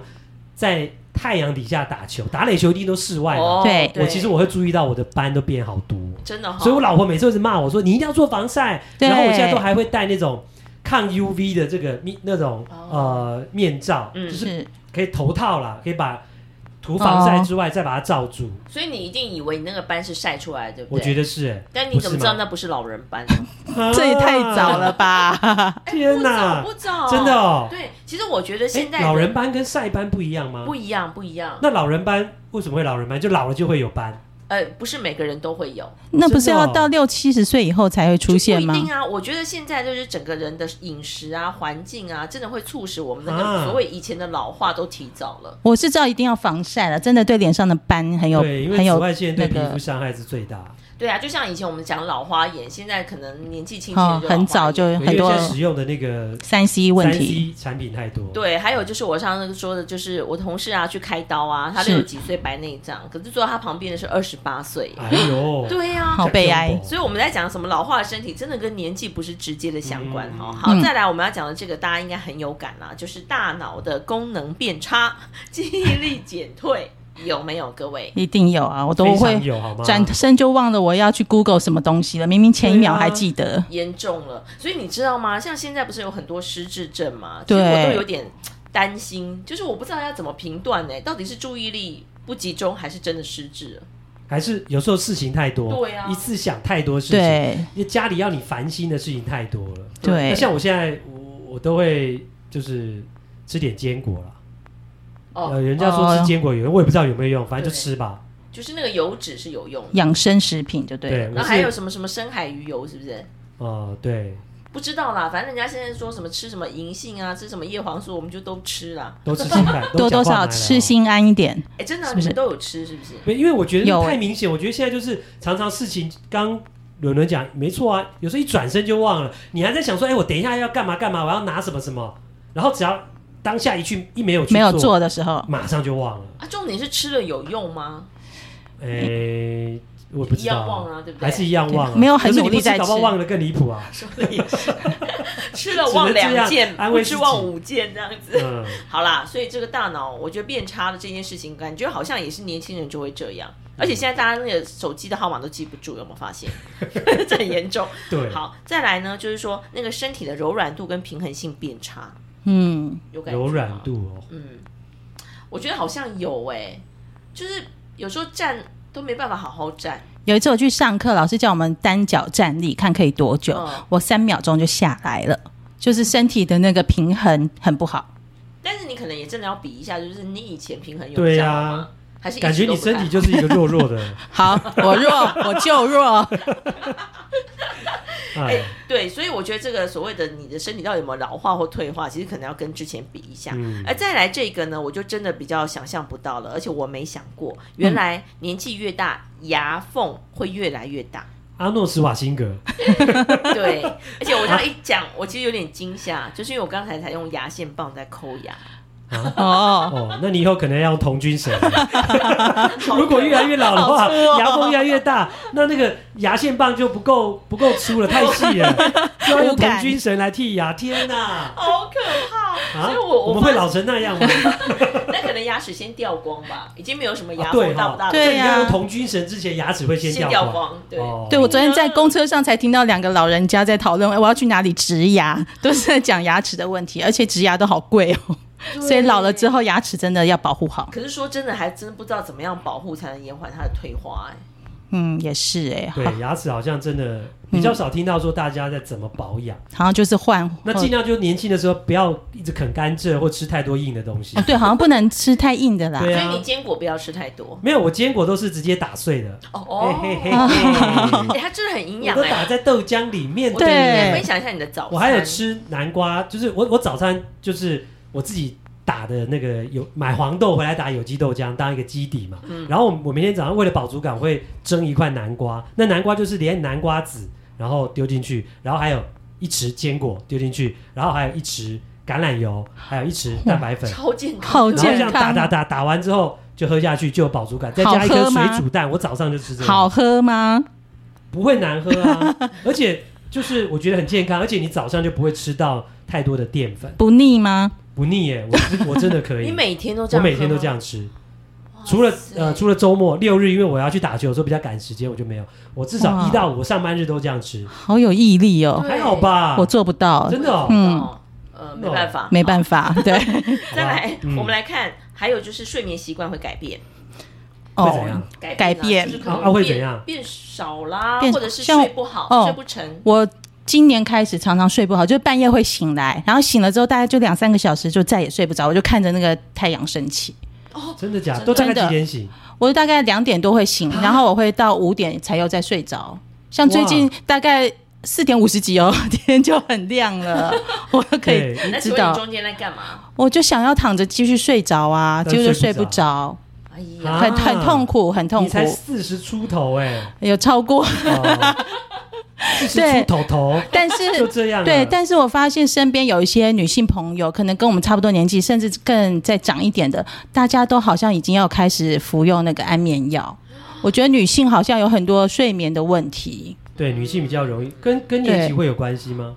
[SPEAKER 3] 在太阳底下打球，打垒球一定都室外嘛。
[SPEAKER 1] 哦
[SPEAKER 2] 对
[SPEAKER 3] 我其实我会注意到我的斑都变好多，
[SPEAKER 1] 真的哈，
[SPEAKER 3] 所以我老婆每次都是骂我说你一定要做防晒，
[SPEAKER 2] 对
[SPEAKER 3] 然后我现在都还会戴那种抗 UV 的这个面那种
[SPEAKER 1] 哦
[SPEAKER 3] 呃面罩，
[SPEAKER 1] 嗯
[SPEAKER 3] 就是
[SPEAKER 2] 是哦
[SPEAKER 3] 可以头套啦，可以把涂防晒之外再把它罩住。
[SPEAKER 1] 所以你一定以为你那个斑是晒出来的，对不对？
[SPEAKER 3] 我觉得是哎，
[SPEAKER 1] 但你怎么知道那不是老人啊斑？
[SPEAKER 3] 那
[SPEAKER 2] 这也太早了
[SPEAKER 1] 啊哦
[SPEAKER 2] 吧？
[SPEAKER 3] 啊天哪
[SPEAKER 1] 哎不早，不早，
[SPEAKER 3] 真的哦。
[SPEAKER 1] 对，其实我觉得现在
[SPEAKER 3] 哎，
[SPEAKER 1] 的
[SPEAKER 3] 老人斑跟晒斑不一样吗？
[SPEAKER 1] 不一样，不一样。
[SPEAKER 3] 那老人斑为什么会老人斑？就老了就会有斑。
[SPEAKER 1] 呃，不是每个人都会有，
[SPEAKER 2] 那不是
[SPEAKER 3] 真的
[SPEAKER 2] 要
[SPEAKER 3] 哦
[SPEAKER 2] 到六七十岁以后才会出现
[SPEAKER 1] 就不
[SPEAKER 2] 吗
[SPEAKER 1] 一？定啊。我觉得现在就是整个人的饮食啊、环境啊，真的会促使我们那
[SPEAKER 3] 啊
[SPEAKER 1] 个所谓以前的老化都提早了。
[SPEAKER 2] 我是知道一定要防晒了，真的对脸上的斑很有
[SPEAKER 3] 对，因
[SPEAKER 2] 很
[SPEAKER 3] 为紫
[SPEAKER 2] 有
[SPEAKER 3] 外线对
[SPEAKER 2] 那
[SPEAKER 3] 皮
[SPEAKER 2] 个
[SPEAKER 3] 肤伤害是最大。
[SPEAKER 1] 对啊，就像以前我们讲老花眼，现在可能年纪轻轻
[SPEAKER 2] 哦
[SPEAKER 1] 的就老花眼、
[SPEAKER 2] 很早就
[SPEAKER 3] 因为
[SPEAKER 2] 很
[SPEAKER 3] 现
[SPEAKER 2] 多
[SPEAKER 3] 在使用的那个
[SPEAKER 2] 三 C 问
[SPEAKER 3] 三
[SPEAKER 2] 题，
[SPEAKER 3] C 产品太多。
[SPEAKER 1] 对，还有就是我上次说的，就是我同事啊去开刀啊，他六
[SPEAKER 2] 是
[SPEAKER 1] 十几岁白内障，可是坐在他旁边的是二十八岁。
[SPEAKER 3] 哎呦，
[SPEAKER 1] 对啊呀、
[SPEAKER 2] 好悲哀
[SPEAKER 3] 讲究
[SPEAKER 1] 所以我们在讲什么老化的身体，真的跟年纪不是直接的相关哈、
[SPEAKER 3] 嗯
[SPEAKER 1] 好，
[SPEAKER 2] 嗯
[SPEAKER 1] 再来我们要讲的这个，大家应该很有感啦，就是大脑的功能变差， [laughs] 记忆力减退，有没有各位？
[SPEAKER 2] 一定有啊，我
[SPEAKER 3] 非
[SPEAKER 2] 都
[SPEAKER 3] 常
[SPEAKER 2] 会
[SPEAKER 3] 有好吗？
[SPEAKER 2] 转身就忘了我要去 Google 什么东西了，明明前一秒还记得。
[SPEAKER 1] 严重了，所以你知道吗？像现在不是有很多失智症嘛，
[SPEAKER 2] 对
[SPEAKER 1] 其实我都有点担心，就是我不知道要怎么评断呢，到底是注意力不集中，还是真的失智了？
[SPEAKER 3] 还是有时候事情太多，
[SPEAKER 1] 对啊
[SPEAKER 3] 一次想太多事情，
[SPEAKER 2] 对
[SPEAKER 3] 因为家里要你烦心的事情太多了。那
[SPEAKER 2] 对，
[SPEAKER 3] 像我现在，我我都会就是吃点坚果了。
[SPEAKER 1] 哦
[SPEAKER 3] 呃，人家说吃坚果有用，我也不知道有没有用，反正就
[SPEAKER 1] 对
[SPEAKER 3] 吃吧。
[SPEAKER 1] 就是那个油脂是有用的，
[SPEAKER 2] 养生食品就对了。
[SPEAKER 3] 对，我
[SPEAKER 1] 然后还有
[SPEAKER 3] 是
[SPEAKER 1] 什么什么深海鱼油，是不是？
[SPEAKER 3] 呃，对，
[SPEAKER 1] 不知道啦，反正人家现在说什么吃什么银杏啊，吃什么叶黄素，我们就都吃啦。
[SPEAKER 3] 多吃
[SPEAKER 2] [laughs]
[SPEAKER 3] 心饭，
[SPEAKER 2] 多多
[SPEAKER 3] 讲话
[SPEAKER 2] 少
[SPEAKER 3] 买
[SPEAKER 2] 少
[SPEAKER 3] 了
[SPEAKER 2] 吃
[SPEAKER 3] 哦
[SPEAKER 2] 心安一点，
[SPEAKER 1] 哎，真的啊、
[SPEAKER 2] 是不
[SPEAKER 1] 你
[SPEAKER 2] 是
[SPEAKER 1] 们都有吃是不是？
[SPEAKER 3] 没，因为我觉
[SPEAKER 2] 有
[SPEAKER 3] 得太明显。我觉得现在就是常常事情刚。伦伦讲没错啊，有时候一转身就忘了，你还在想说，哎、我等一下要干嘛干嘛，我要拿什么什么，然后只要当下一去一没有去
[SPEAKER 2] 没有做的时候，
[SPEAKER 3] 马上就忘了。
[SPEAKER 1] 啊，重点是吃了有用吗？
[SPEAKER 3] 哎、我不知
[SPEAKER 1] 一
[SPEAKER 3] 道
[SPEAKER 1] 样忘啊对不对
[SPEAKER 3] 还是一样忘、啊，
[SPEAKER 2] 对没有很
[SPEAKER 3] 可是你
[SPEAKER 2] 努力
[SPEAKER 3] 不吃
[SPEAKER 2] 在
[SPEAKER 3] 搞不好
[SPEAKER 2] 吃
[SPEAKER 3] 忘得更离
[SPEAKER 1] [laughs]
[SPEAKER 3] 谱啊。
[SPEAKER 1] 说的也是，吃了忘两
[SPEAKER 3] 只能这
[SPEAKER 1] 件，
[SPEAKER 3] 样安
[SPEAKER 1] 不
[SPEAKER 3] 慰自
[SPEAKER 1] 吃
[SPEAKER 3] 己
[SPEAKER 1] 忘五件这样子。
[SPEAKER 3] 嗯，
[SPEAKER 1] 好啦，所以这个大脑，我觉得变差的这件事情，感觉好像也是年轻人就会这样。而且现在大家那个手机的号码都记不住，有没有发
[SPEAKER 3] [laughs]
[SPEAKER 1] 现？这很严重。
[SPEAKER 3] 对，
[SPEAKER 1] 好，再来呢，就是说那个身体的柔软度跟平衡性变差，
[SPEAKER 2] 嗯，
[SPEAKER 1] 有感觉吗
[SPEAKER 3] 柔软度哦，
[SPEAKER 1] 嗯，我觉得好像有哎、就是有时候站都没办法好好站，
[SPEAKER 2] 有一次我去上课，老师叫我们单脚站立，看可以多久，
[SPEAKER 1] 嗯
[SPEAKER 2] 我三秒钟就下来了，就是身体的那个平衡很不好。
[SPEAKER 1] 但是你可能也真的要比一下，就是你以前平衡有
[SPEAKER 3] 对
[SPEAKER 1] 比较
[SPEAKER 3] 呀
[SPEAKER 1] 好吗？还是一直
[SPEAKER 3] 感觉
[SPEAKER 1] 都
[SPEAKER 3] 你
[SPEAKER 1] 不太
[SPEAKER 3] 身体
[SPEAKER 1] 好
[SPEAKER 3] 就是一个弱弱的，
[SPEAKER 1] [laughs]
[SPEAKER 2] 好，我弱，我就
[SPEAKER 3] 啊
[SPEAKER 2] 弱，
[SPEAKER 3] 哎，
[SPEAKER 1] 对，所以我觉得这个所谓的你的身体到底有没有老化或退化，其实可能要跟之前比一下。
[SPEAKER 3] 嗯
[SPEAKER 1] 而再来这个呢，我就真的比较想象不到了，而且我没想过，原
[SPEAKER 3] 嗯
[SPEAKER 1] 来年纪越大，牙缝会越来越大。
[SPEAKER 3] 阿诺施瓦辛格，
[SPEAKER 1] 哎
[SPEAKER 3] [laughs]
[SPEAKER 1] 对，而且
[SPEAKER 3] 啊
[SPEAKER 1] 我这样一讲，我其实有点惊吓，就是因为我刚才才用牙线棒在抠牙。
[SPEAKER 2] 哦，
[SPEAKER 3] 哦，那你以后可能要用童军绳。
[SPEAKER 1] 好
[SPEAKER 3] [laughs] 如果越来越老的话
[SPEAKER 2] 好粗哦，
[SPEAKER 3] 牙缝越来越大，那那个牙线棒就不够不够粗了，太
[SPEAKER 1] [laughs]
[SPEAKER 3] 细了，就要用
[SPEAKER 2] 无感
[SPEAKER 3] 童军绳来剃牙。天哪！
[SPEAKER 1] 好可怕！
[SPEAKER 3] 啊
[SPEAKER 1] 所以，我
[SPEAKER 3] 我们
[SPEAKER 1] 发
[SPEAKER 3] 会老成那样吗？
[SPEAKER 1] 那可能牙齿先掉光
[SPEAKER 3] [laughs]
[SPEAKER 1] 吧，已经没有什么 [laughs] 牙
[SPEAKER 3] 啊
[SPEAKER 1] 缝
[SPEAKER 3] 对
[SPEAKER 1] 大
[SPEAKER 3] 哈
[SPEAKER 1] 不大，的
[SPEAKER 2] 对
[SPEAKER 3] 所以你要
[SPEAKER 2] 呀
[SPEAKER 3] 用童军绳之前，牙齿会先
[SPEAKER 1] 先
[SPEAKER 3] 掉
[SPEAKER 1] 掉。光，对。
[SPEAKER 3] 哦
[SPEAKER 2] 对，我昨天在公车上才听到两个老人家在讨论，哎，我要去哪里植牙，都是在讲牙齿的问题，而且植牙都好贵哦，所以老了之后牙齿真的要保护好。
[SPEAKER 1] 可是说真的，还真不知道怎么样保护才能延缓它的退化、哎，
[SPEAKER 2] 嗯，也是哎、
[SPEAKER 3] 对
[SPEAKER 2] 好，
[SPEAKER 3] 牙齿好像真的比较少听到说大家在怎么保养，
[SPEAKER 1] 嗯
[SPEAKER 2] 好像就是换
[SPEAKER 3] 那
[SPEAKER 2] 或
[SPEAKER 3] 尽量就年轻的时候不要一直啃甘蔗或吃太多硬的东西
[SPEAKER 1] 嗯
[SPEAKER 2] 哦。对，好像不能吃太硬的啦。
[SPEAKER 3] 对
[SPEAKER 1] 所
[SPEAKER 3] 啊
[SPEAKER 1] 以你坚果不要吃太多
[SPEAKER 3] 没有，我坚果都是直接打碎的，
[SPEAKER 1] 哦
[SPEAKER 3] 嘿
[SPEAKER 1] 哦，
[SPEAKER 3] 嘿嘿嘿，
[SPEAKER 1] 哎它真的很营养
[SPEAKER 3] 我都打
[SPEAKER 1] 哎。
[SPEAKER 3] 在豆浆里面
[SPEAKER 1] 我
[SPEAKER 3] 的。
[SPEAKER 1] 觉得你
[SPEAKER 2] 对
[SPEAKER 1] 可以分享一下你的早餐。
[SPEAKER 3] 我还有吃南瓜，就是我我早餐就是我自己打的那个有买黄豆回来打有机豆浆当一个基底嘛。
[SPEAKER 1] 嗯
[SPEAKER 3] 然后我我明天早上为了饱足感我会蒸一块南瓜，那南瓜就是连南瓜籽然后丢进去，然后还有一匙坚果丢进去，然后还有一匙橄榄油，还有一匙蛋白粉，
[SPEAKER 1] 超健康，
[SPEAKER 2] 好
[SPEAKER 3] 然后这
[SPEAKER 2] 健
[SPEAKER 3] 样打
[SPEAKER 2] 康
[SPEAKER 3] 打打打完之后。就喝下去就有饱足感，再加
[SPEAKER 2] 好
[SPEAKER 3] 一颗
[SPEAKER 2] 喝
[SPEAKER 3] 水
[SPEAKER 2] 吗
[SPEAKER 3] 煮蛋，我早上就吃这个。
[SPEAKER 2] 好喝吗？
[SPEAKER 3] 不会难喝啊， [laughs] 而且就是我觉得很健康，而且你早上就不会吃到太多的淀粉，
[SPEAKER 2] 不腻吗？
[SPEAKER 3] 不腻耶，我真我真的可以，
[SPEAKER 1] [laughs] 你每天都这样，
[SPEAKER 3] 我每天都这，样吃，除了呃除了周末六日，因为我要去打球，有时候比较赶时间，我就没有，我至少
[SPEAKER 2] 哇
[SPEAKER 3] 一到五上班日都这样吃，
[SPEAKER 2] 好有毅力哦，
[SPEAKER 1] 对
[SPEAKER 3] 还好吧
[SPEAKER 2] 我？做不到，
[SPEAKER 3] 啊真的啊哦，
[SPEAKER 2] 嗯
[SPEAKER 1] 嗯呃没办法，
[SPEAKER 2] 没办法。对，
[SPEAKER 1] 再来，
[SPEAKER 3] 嗯
[SPEAKER 1] 我们来看，还有就是睡眠习惯会改变，
[SPEAKER 3] [laughs] 会怎
[SPEAKER 2] 哦
[SPEAKER 3] 样，？
[SPEAKER 1] 改
[SPEAKER 2] 改
[SPEAKER 1] 变啊
[SPEAKER 2] 变
[SPEAKER 1] 就是可能
[SPEAKER 3] 啊啊会
[SPEAKER 1] 变
[SPEAKER 3] 怎样
[SPEAKER 1] 变少啦，
[SPEAKER 2] 变
[SPEAKER 1] 或者是
[SPEAKER 2] 像
[SPEAKER 1] 睡不好、
[SPEAKER 2] 哦
[SPEAKER 1] 睡不成，
[SPEAKER 2] 我今年开始常常睡不好，就是半夜会醒来，然后醒了之后大概就两三个小时，就再也睡不着，我就看着那个太阳升起。
[SPEAKER 3] 真的假的？
[SPEAKER 1] 真的
[SPEAKER 3] 都大概几点醒？
[SPEAKER 2] 我大概两点多会醒，然后我会到五点才又再睡着。像最近大概四点五十几哦，天就很亮了， [laughs] 我就可以
[SPEAKER 3] 对，
[SPEAKER 1] 那请
[SPEAKER 2] 知
[SPEAKER 1] 问你
[SPEAKER 2] 道，
[SPEAKER 1] 中间在干嘛？
[SPEAKER 2] 我就想要躺着继续睡着啊，
[SPEAKER 3] 但
[SPEAKER 2] 结果就
[SPEAKER 3] 睡
[SPEAKER 2] 睡
[SPEAKER 3] 不
[SPEAKER 2] 不着，
[SPEAKER 1] 哎
[SPEAKER 3] 啊
[SPEAKER 1] 呀，
[SPEAKER 2] 很很痛苦，很痛
[SPEAKER 3] 你才
[SPEAKER 2] 苦，
[SPEAKER 3] 四十出头
[SPEAKER 2] [laughs]
[SPEAKER 3] 哎，哦
[SPEAKER 2] 有超过，
[SPEAKER 3] 四十
[SPEAKER 2] 对
[SPEAKER 3] 出头头
[SPEAKER 2] 但是
[SPEAKER 3] 就这样啊，
[SPEAKER 2] 对，但是我发现身边有一些女性朋友，可能跟我们差不多年纪，甚至更再长一点的，大家都好像已经要开始服用那个安眠药。我觉得女性好像有很多睡眠的问题，
[SPEAKER 3] 对女性比较容易，跟跟年纪
[SPEAKER 2] 对
[SPEAKER 3] 会有关系吗？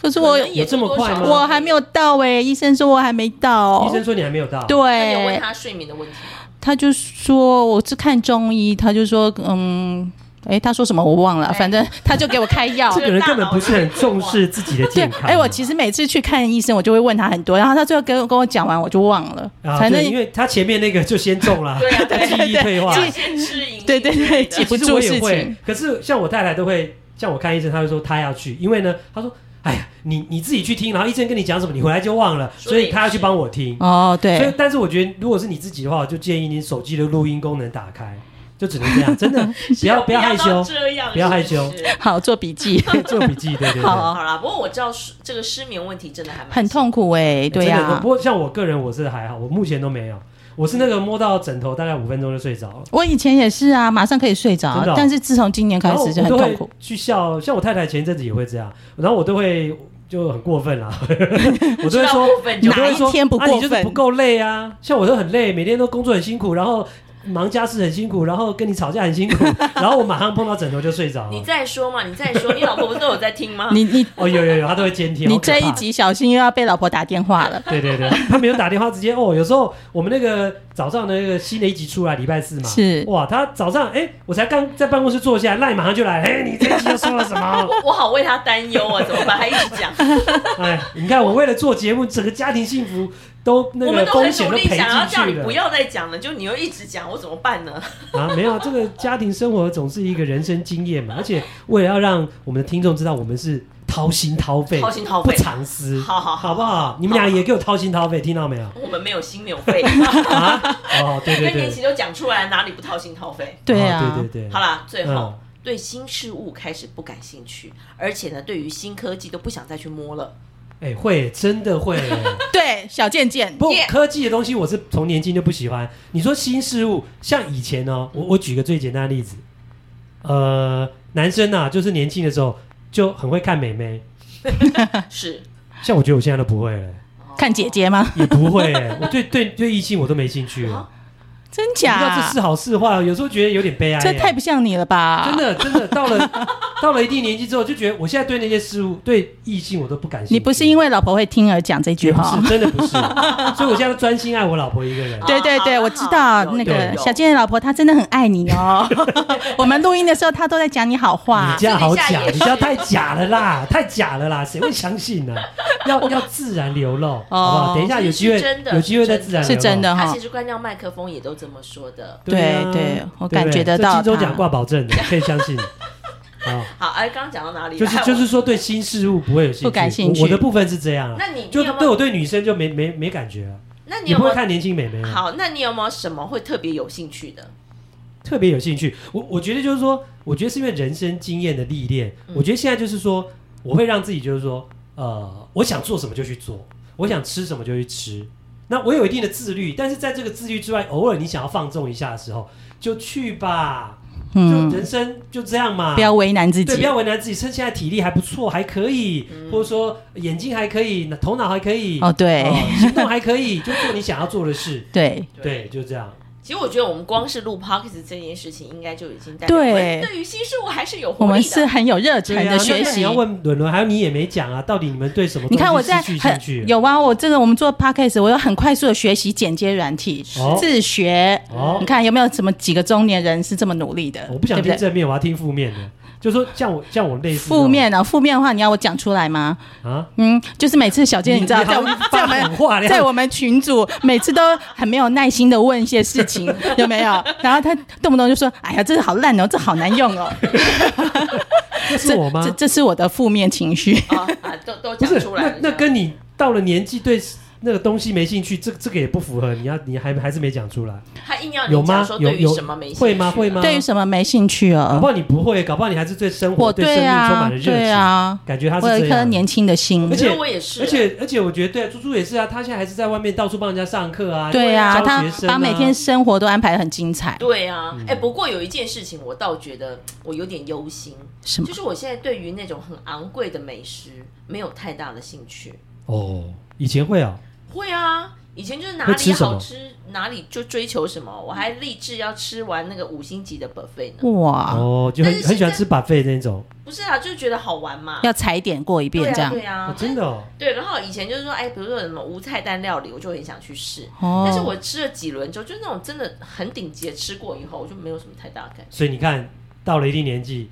[SPEAKER 2] 可是
[SPEAKER 1] 可
[SPEAKER 2] 我
[SPEAKER 1] 能也
[SPEAKER 3] 有这么
[SPEAKER 1] 多多
[SPEAKER 3] 快
[SPEAKER 1] 少
[SPEAKER 3] 吗
[SPEAKER 1] 少
[SPEAKER 2] 我还没有到哎、医生说我还没到。
[SPEAKER 3] 医生说你还没有到，
[SPEAKER 1] 那有问
[SPEAKER 2] 对，
[SPEAKER 1] 他睡眠的问题吗？
[SPEAKER 2] 他就说我是看中医，他就说嗯，哎、他说什么我忘了，
[SPEAKER 1] 哎
[SPEAKER 2] 反正他就给我开药
[SPEAKER 3] 这。个人根本不是很重视自己的
[SPEAKER 2] 哦对
[SPEAKER 3] [laughs] 健，康。
[SPEAKER 2] 哎、我其实每次去看医生，我就会问他很多，然后他最后跟跟我讲完，我就忘了，
[SPEAKER 3] 啊，
[SPEAKER 2] 反正
[SPEAKER 3] 对因为他前面那个就先中了，
[SPEAKER 2] [laughs]
[SPEAKER 1] 对啊
[SPEAKER 3] 他
[SPEAKER 1] 对
[SPEAKER 3] 记忆退化。
[SPEAKER 1] 要先吃银，
[SPEAKER 2] 对对对
[SPEAKER 1] 之类
[SPEAKER 2] 记
[SPEAKER 1] 的
[SPEAKER 2] 不
[SPEAKER 3] 其实我
[SPEAKER 2] 住
[SPEAKER 3] 也
[SPEAKER 2] 事
[SPEAKER 3] 会
[SPEAKER 2] 情，
[SPEAKER 3] 可是像我太太都会，像我看医生，她会说她要去，因为呢，她说，哎呀，你你自己去听，然后医生跟你讲什么，你回来就忘了，
[SPEAKER 1] 说
[SPEAKER 3] 所
[SPEAKER 1] 得也
[SPEAKER 3] 以她要去
[SPEAKER 1] 是
[SPEAKER 3] 帮我听。
[SPEAKER 2] 哦，对，
[SPEAKER 3] 所以，但是我觉得，如果是你自己的话，我就建议你手机的录音功能打开，就只能这样，真的
[SPEAKER 2] [laughs]
[SPEAKER 3] 不要不要害
[SPEAKER 1] 啊到
[SPEAKER 3] 羞，
[SPEAKER 1] 这样
[SPEAKER 3] 不要害
[SPEAKER 1] 是
[SPEAKER 3] 羞
[SPEAKER 1] 是
[SPEAKER 2] [laughs] 好做笔记，
[SPEAKER 3] [laughs] 做笔记，对对对。
[SPEAKER 2] 好
[SPEAKER 1] 好啦，不过我知道失这个失眠问题真的还蛮
[SPEAKER 2] 很痛苦哎、对
[SPEAKER 3] 真
[SPEAKER 2] 呀、
[SPEAKER 3] 的不过像我个人，我是还好，我目前都没有，我是那个摸到枕头大概五分钟就睡着了。
[SPEAKER 2] 我以前也是啊，马上可以睡着
[SPEAKER 3] 真的哦，
[SPEAKER 2] 但是自从今年开
[SPEAKER 3] 然后
[SPEAKER 2] 始就
[SPEAKER 3] 我
[SPEAKER 2] 很
[SPEAKER 3] 都
[SPEAKER 2] 痛
[SPEAKER 3] 会
[SPEAKER 2] 苦。
[SPEAKER 3] 去笑，像我太太前一阵子也会这样，然后我都会就很过分啦，
[SPEAKER 2] [laughs]
[SPEAKER 3] 我都会
[SPEAKER 1] 知道
[SPEAKER 3] 说，
[SPEAKER 1] 部分就
[SPEAKER 3] 我都会
[SPEAKER 2] 哪一
[SPEAKER 3] 说
[SPEAKER 2] 天不
[SPEAKER 3] 啊
[SPEAKER 2] 过
[SPEAKER 3] 你就是
[SPEAKER 2] 分
[SPEAKER 3] 不够累啊，像我都很累，每天都工作很辛苦，然后忙家事很辛苦，然后跟你吵架很
[SPEAKER 2] [laughs]
[SPEAKER 3] 辛苦，然后我马上碰到枕头就睡着
[SPEAKER 1] 你
[SPEAKER 3] 了。
[SPEAKER 1] 再说嘛，你再说，你老婆不是都有在听吗？
[SPEAKER 2] [laughs] 你你
[SPEAKER 3] 哦，有有有，他都会监听。
[SPEAKER 2] 你
[SPEAKER 3] 好可
[SPEAKER 2] 这
[SPEAKER 3] 怕
[SPEAKER 2] 一集小心又要被老婆打电话了，
[SPEAKER 3] 对对对，他没有打电话，直接哦。有时候我们那个早上的那个新的一集出来，礼拜四嘛，
[SPEAKER 2] 是
[SPEAKER 3] 哇，他早上哎、我才刚在办公室坐下，赖马上就来，哎、你这一集又说了什么？
[SPEAKER 1] 我我好为他担忧啊，怎么办？他一直讲，
[SPEAKER 3] 哎，你看我为了做节目，整个家庭幸福都 [laughs] 那
[SPEAKER 1] 我
[SPEAKER 3] 个
[SPEAKER 1] 们都
[SPEAKER 3] 风
[SPEAKER 1] 很
[SPEAKER 3] 险
[SPEAKER 1] 努
[SPEAKER 3] 都
[SPEAKER 1] 力
[SPEAKER 3] 赔
[SPEAKER 1] 想要叫
[SPEAKER 3] 进
[SPEAKER 1] 你
[SPEAKER 3] 去
[SPEAKER 1] 不
[SPEAKER 3] 了
[SPEAKER 1] 要再讲了，就你又一直讲，我怎么办呢？
[SPEAKER 3] 啊！没有，这个家庭生活总是一个人生经验嘛，而且为了要让我们的听众知道我们是掏心掏肺、
[SPEAKER 1] 掏心掏肺
[SPEAKER 3] 不藏私，
[SPEAKER 1] 好好好
[SPEAKER 3] 好不好？你们俩也给我掏心掏肺，听到没有？
[SPEAKER 1] 我们没有心没有
[SPEAKER 3] [laughs]
[SPEAKER 1] 肺，
[SPEAKER 3] 啊，哦，对对
[SPEAKER 1] 更年
[SPEAKER 3] 对，
[SPEAKER 1] 期都讲出来，哪里不掏心掏肺？
[SPEAKER 2] 对
[SPEAKER 3] 哦
[SPEAKER 2] 啊，
[SPEAKER 3] 对对对，
[SPEAKER 1] 好啦，最后。
[SPEAKER 3] 嗯
[SPEAKER 1] 对新事物开始不感兴趣，而且呢，对于新科技都不想再去摸了。
[SPEAKER 3] 哎，会真的会。
[SPEAKER 2] 对小贱贱，
[SPEAKER 3] 不
[SPEAKER 1] Yeah
[SPEAKER 3] 科技的东西我是从年轻就不喜欢。你说新事物，像以前哦，我我举个最简单的例子，呃，男生呐、就是年轻的时候就很会看美眉，嗯
[SPEAKER 1] 是，哦
[SPEAKER 3] 像我觉得我现在都不会
[SPEAKER 2] [laughs]
[SPEAKER 3] 了，
[SPEAKER 2] 看姐姐吗？
[SPEAKER 3] 也不会了，我对对对异性我都没兴趣了
[SPEAKER 1] 啊，
[SPEAKER 2] 真
[SPEAKER 3] 我不知道这
[SPEAKER 2] [laughs] 假
[SPEAKER 3] 是？好是坏，有时候觉得有点悲哀耶。啊
[SPEAKER 2] 这太不像你了吧？ [laughs]
[SPEAKER 3] 真的真的到了到了一定年纪之后，就觉得我现在对那些事物、对异性我都不感兴趣。
[SPEAKER 2] 你不是因为啊老婆会听而讲这句
[SPEAKER 3] 也不
[SPEAKER 2] 话
[SPEAKER 3] 是，。真的不是，所以我现在专心爱我老婆一个人。
[SPEAKER 2] [laughs] 对对对，
[SPEAKER 1] 好好
[SPEAKER 3] 啊
[SPEAKER 2] 我知道
[SPEAKER 1] 有
[SPEAKER 2] 那
[SPEAKER 1] 有
[SPEAKER 2] 个
[SPEAKER 1] 有
[SPEAKER 2] 小健的老婆，她真的很爱你
[SPEAKER 3] [laughs]
[SPEAKER 2] 哦。我们录音的时候，她都在讲你好话
[SPEAKER 1] 啊
[SPEAKER 3] 你。这样好
[SPEAKER 1] 私底
[SPEAKER 3] 假
[SPEAKER 1] 下，也
[SPEAKER 3] 你这样太假
[SPEAKER 1] [laughs]
[SPEAKER 3] 了啦，太假了啦，谁会相信呢、要要自然流露，好不好？等一下有机会
[SPEAKER 1] 哦是真，的
[SPEAKER 3] 有机会再自然流露
[SPEAKER 2] 是真，的
[SPEAKER 1] 他
[SPEAKER 2] 哈
[SPEAKER 1] 啊其，实关掉麦克风也都这么说的。
[SPEAKER 3] 对
[SPEAKER 2] 对
[SPEAKER 3] 啊
[SPEAKER 2] 对我
[SPEAKER 3] 对不对
[SPEAKER 2] 感觉得到
[SPEAKER 3] 这金钟奖
[SPEAKER 2] 他
[SPEAKER 3] 挂保证
[SPEAKER 1] [laughs]
[SPEAKER 3] 的，可以相信。好，
[SPEAKER 1] 好，哎，刚刚讲到哪里？
[SPEAKER 3] 就是
[SPEAKER 1] 来
[SPEAKER 3] 就是说对新事物不会有兴趣，
[SPEAKER 2] 不感兴趣
[SPEAKER 3] 我我的部分是这样啊，
[SPEAKER 1] 那你你
[SPEAKER 3] 就
[SPEAKER 1] 有没有
[SPEAKER 3] 对我对女生就没没没感觉啊，
[SPEAKER 1] 那你
[SPEAKER 3] 也
[SPEAKER 1] 有
[SPEAKER 3] 不
[SPEAKER 1] 没有
[SPEAKER 3] 会看年轻美眉啊，
[SPEAKER 1] 好？那你有没有什么会特别有兴趣的？
[SPEAKER 3] 特别有兴趣。我我觉得就是说，我觉得是因为人生经验的历练，
[SPEAKER 1] 嗯
[SPEAKER 3] 我觉得现在就是说，我会让自己就是说，呃，我想做什么就去做，我想吃什么就去吃。那我有一定的自律，但是在这个自律之外，偶尔你想要放纵一下的时候，就去吧。就
[SPEAKER 2] 嗯，
[SPEAKER 3] 人生就这样嘛，
[SPEAKER 2] 不要为难自
[SPEAKER 3] 对，不
[SPEAKER 2] 己。
[SPEAKER 3] 要为难自己，趁现在体力还不错，还可以，或者说眼睛还可以，头脑还可以，
[SPEAKER 2] 哦，对
[SPEAKER 3] 哦行动还可以，就做你想要做的事。
[SPEAKER 2] 对，
[SPEAKER 3] 对，就这样。
[SPEAKER 1] 其实我觉得我们光是录 p o c k e t 这件事情，应该就已经代表我们
[SPEAKER 2] 对
[SPEAKER 1] 对于新事物还是有活
[SPEAKER 2] 我
[SPEAKER 1] 力的。
[SPEAKER 2] 们是很有热
[SPEAKER 3] 对
[SPEAKER 2] 忱
[SPEAKER 3] 啊
[SPEAKER 2] 的学
[SPEAKER 3] 那你
[SPEAKER 2] 习
[SPEAKER 3] 要。问伦伦，还有你也没讲啊，到底你们对什么
[SPEAKER 2] 你看我
[SPEAKER 3] 东西
[SPEAKER 2] 在
[SPEAKER 3] 失去
[SPEAKER 2] 很
[SPEAKER 3] 兴趣？
[SPEAKER 2] 有啊，我这个我们做 podcast，我有很快速的学习剪接软体
[SPEAKER 3] 哦，
[SPEAKER 2] 自学。
[SPEAKER 3] 哦
[SPEAKER 2] 你，看有没有什么几个中年人是这么努力的？
[SPEAKER 3] 我不想
[SPEAKER 2] 对
[SPEAKER 3] 听
[SPEAKER 2] 对？
[SPEAKER 3] 正面，我要听负面的。就说像我像我类似这种
[SPEAKER 2] 负面啊，负面的话你要我讲出来吗？
[SPEAKER 3] 啊，
[SPEAKER 2] 嗯，就是每次小健，你知道，
[SPEAKER 3] 你好
[SPEAKER 2] 在我们在我
[SPEAKER 3] 放
[SPEAKER 2] 们
[SPEAKER 3] 狠话
[SPEAKER 2] [laughs] 在
[SPEAKER 3] 量
[SPEAKER 2] 我们群组，每次都很没有耐心的问一些事情，
[SPEAKER 3] [laughs]
[SPEAKER 2] 有没有？然后他动不动就说：“哎呀，这个好烂哦，这好难用哦。这”
[SPEAKER 3] 这是我 [laughs] 吗
[SPEAKER 2] 这？这是我的负面情绪。
[SPEAKER 1] 啊啊，都都
[SPEAKER 3] 不
[SPEAKER 1] 讲
[SPEAKER 3] 是
[SPEAKER 1] 出，来
[SPEAKER 3] 那
[SPEAKER 1] 了。
[SPEAKER 3] 那跟你到了年纪对那个东西没兴趣，这这个也不符合。你要你还还是没讲出来。
[SPEAKER 1] 他硬要
[SPEAKER 3] 有
[SPEAKER 1] 你
[SPEAKER 3] 吗
[SPEAKER 1] 讲说对于
[SPEAKER 3] 有有
[SPEAKER 1] 什么没兴趣啊
[SPEAKER 3] 会吗会吗
[SPEAKER 2] 对于什么没兴趣
[SPEAKER 3] 搞不
[SPEAKER 2] 哦？
[SPEAKER 3] 好你不会，搞不好你还是对生活、
[SPEAKER 2] 我
[SPEAKER 3] 啊对生
[SPEAKER 2] 对
[SPEAKER 3] 命充
[SPEAKER 2] 啊
[SPEAKER 3] 满了，热
[SPEAKER 2] 对
[SPEAKER 3] 情，
[SPEAKER 2] 啊，
[SPEAKER 3] 感觉他是
[SPEAKER 2] 我有
[SPEAKER 3] 这
[SPEAKER 2] 一颗
[SPEAKER 3] 样。
[SPEAKER 2] 年轻的心
[SPEAKER 1] 我
[SPEAKER 3] 而。
[SPEAKER 1] 觉得
[SPEAKER 3] 且
[SPEAKER 1] 我也是，
[SPEAKER 3] 而且而且，我觉得对啊，猪猪也是啊，他现在还是在外面到处帮人家上课啊，
[SPEAKER 2] 对啊，
[SPEAKER 3] 教
[SPEAKER 2] 他
[SPEAKER 3] 学生啊
[SPEAKER 2] 把每天生活都安排得很精彩。
[SPEAKER 1] 对啊，
[SPEAKER 3] 嗯
[SPEAKER 1] 哎、不过有一件事情，我倒觉得我有点忧心，
[SPEAKER 2] 什么
[SPEAKER 1] 就？是我现在对于那种很昂贵的美食没有太大的兴趣。
[SPEAKER 3] 哦，以前会啊，
[SPEAKER 1] 会啊，以前就是哪
[SPEAKER 3] 会吃
[SPEAKER 1] 里
[SPEAKER 3] 什么
[SPEAKER 1] 好吃哪里就追求什么，我还立志要吃完那个五星级的 buffet 呢。
[SPEAKER 2] 哇，
[SPEAKER 3] 哦，就很
[SPEAKER 1] 啊但是
[SPEAKER 3] 很喜
[SPEAKER 1] 现
[SPEAKER 3] 欢
[SPEAKER 1] 在
[SPEAKER 3] 吃 buffet 那种，
[SPEAKER 1] 不是啊，就是觉得好玩嘛。
[SPEAKER 2] 要踩点过一
[SPEAKER 1] 对
[SPEAKER 2] 遍这
[SPEAKER 1] 啊，
[SPEAKER 2] 样
[SPEAKER 1] 对啊
[SPEAKER 3] 哦，真的哦，
[SPEAKER 1] 对。然后以前就是说，哎，比如说有什么无菜单料理，我就很想去试。
[SPEAKER 2] 哦
[SPEAKER 1] 但是我吃了几轮之后，就是那种真的很顶级的吃过以后，我就没有什么太大的感觉。
[SPEAKER 3] 所以你看到了一定年纪。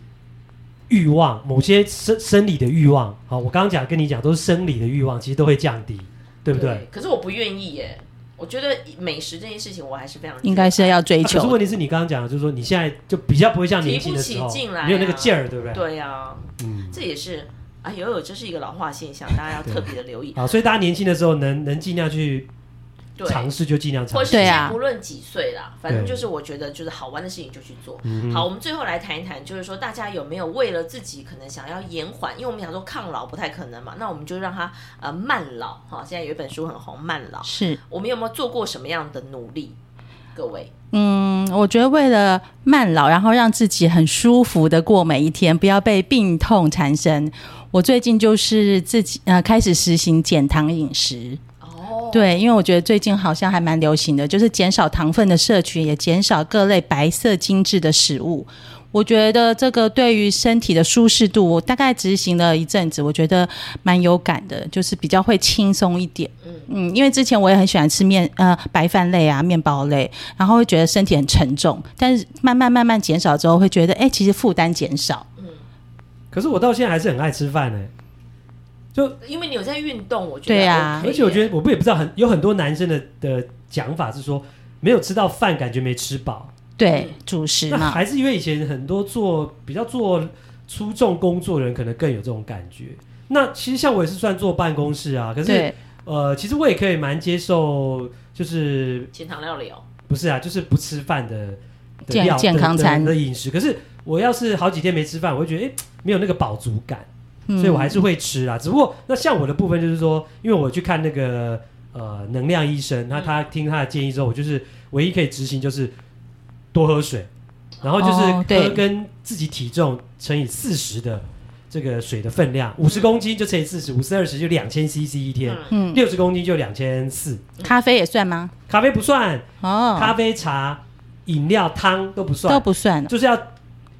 [SPEAKER 3] 欲望，某些生生理的欲望，好，我刚刚讲跟你讲都是生理的欲望，其实都会降低，对不对？啊？
[SPEAKER 1] 可是我不愿意耶，我觉得美食这件事情我还是非常
[SPEAKER 2] 应该是要追
[SPEAKER 3] 啊可是
[SPEAKER 2] 求。
[SPEAKER 3] 问题是你刚刚讲的，就是说你现在就比较不会像年轻的时候
[SPEAKER 1] 提不起劲来啊
[SPEAKER 3] 没有那个劲儿，对不对？，
[SPEAKER 1] 对啊，
[SPEAKER 3] 嗯。
[SPEAKER 1] 这也是哎呦呦，这是一个老化现象，大家要特别的留意。
[SPEAKER 3] 啊，所以大家年轻的时候能能尽量去
[SPEAKER 1] 对，
[SPEAKER 3] 尝试就尽量尝
[SPEAKER 1] 或
[SPEAKER 3] 试。
[SPEAKER 1] 是
[SPEAKER 2] 对啊
[SPEAKER 1] 不论几岁啦，反正
[SPEAKER 3] 对
[SPEAKER 1] 就是我觉得就是好玩的事情就去做。
[SPEAKER 3] 嗯
[SPEAKER 1] 好，我们最后来谈一谈，就是说大家有没有为了自己可能想要延缓，因为我们想说抗老不太可能嘛，那我们就让它呃慢老哈。现在有一本书很红，慢老，
[SPEAKER 2] 是，
[SPEAKER 1] 我们有没有做过什么样的努力？各位，
[SPEAKER 2] 嗯，我觉得为了慢老，然后让自己很舒服的过每一天，不要被病痛缠身。我最近就是自己呃开始实行减糖饮食，
[SPEAKER 1] 哦，
[SPEAKER 2] 对，因为我觉得最近好像还蛮流行的，就是减少糖分的摄取，也减少各类白色精致的食物。我觉得这个对于身体的舒适度，我大概执行了一阵子，我觉得蛮有感的，就是比较会轻松一点。嗯，因为之前我也很喜欢吃面呃白饭类啊、面包类，然后会觉得身体很沉重，但是慢慢慢慢减少之后，会觉得哎、其实负担减少。
[SPEAKER 3] 可是我到现在还是很爱吃饭呢、欸
[SPEAKER 1] 因为你有在运动，我觉得
[SPEAKER 2] 对啊
[SPEAKER 1] OK 耶
[SPEAKER 3] 而且我觉得我不也不知道很有很多男生的的讲法是说没有吃到饭，感觉没吃饱。
[SPEAKER 2] 对，主食
[SPEAKER 3] 那
[SPEAKER 2] 嘛，
[SPEAKER 3] [laughs] 还是因为以前很多做比较做出重工作的人，可能更有这种感觉。那其实像我也是算坐办公室啊，可
[SPEAKER 2] 嗯
[SPEAKER 3] 是
[SPEAKER 2] 对，
[SPEAKER 3] 呃，其实我也可以蛮接受，就是
[SPEAKER 1] 减糖料理哦，
[SPEAKER 3] 不是啊，就是不吃饭的的
[SPEAKER 2] 健
[SPEAKER 3] 料
[SPEAKER 2] 健康
[SPEAKER 3] 的
[SPEAKER 2] 餐
[SPEAKER 3] 的的饮食。可是我要是好几天没吃饭，我会觉得哎、诶没有那个饱足感，所
[SPEAKER 2] 嗯
[SPEAKER 3] 以我还是会吃啦。只不过那像我的部分就是说，因为我去看那个呃能量医生，那
[SPEAKER 2] 嗯
[SPEAKER 3] 他听他的建议之后，我就是唯一可以执行就是多喝水，然后
[SPEAKER 2] 哦
[SPEAKER 3] 就是
[SPEAKER 2] 对
[SPEAKER 3] 喝跟自己体重乘以四十的。这个水的分量，五十公斤就乘以四十，五十二十就两千 CC 一天，
[SPEAKER 1] 嗯
[SPEAKER 2] 嗯，
[SPEAKER 3] 六十公斤就两千四。
[SPEAKER 2] 咖啡也算吗？
[SPEAKER 3] 咖啡不算，咖
[SPEAKER 2] 哦，
[SPEAKER 3] 啡、茶、饮料、汤都不算，
[SPEAKER 2] 都不算。
[SPEAKER 3] 就是要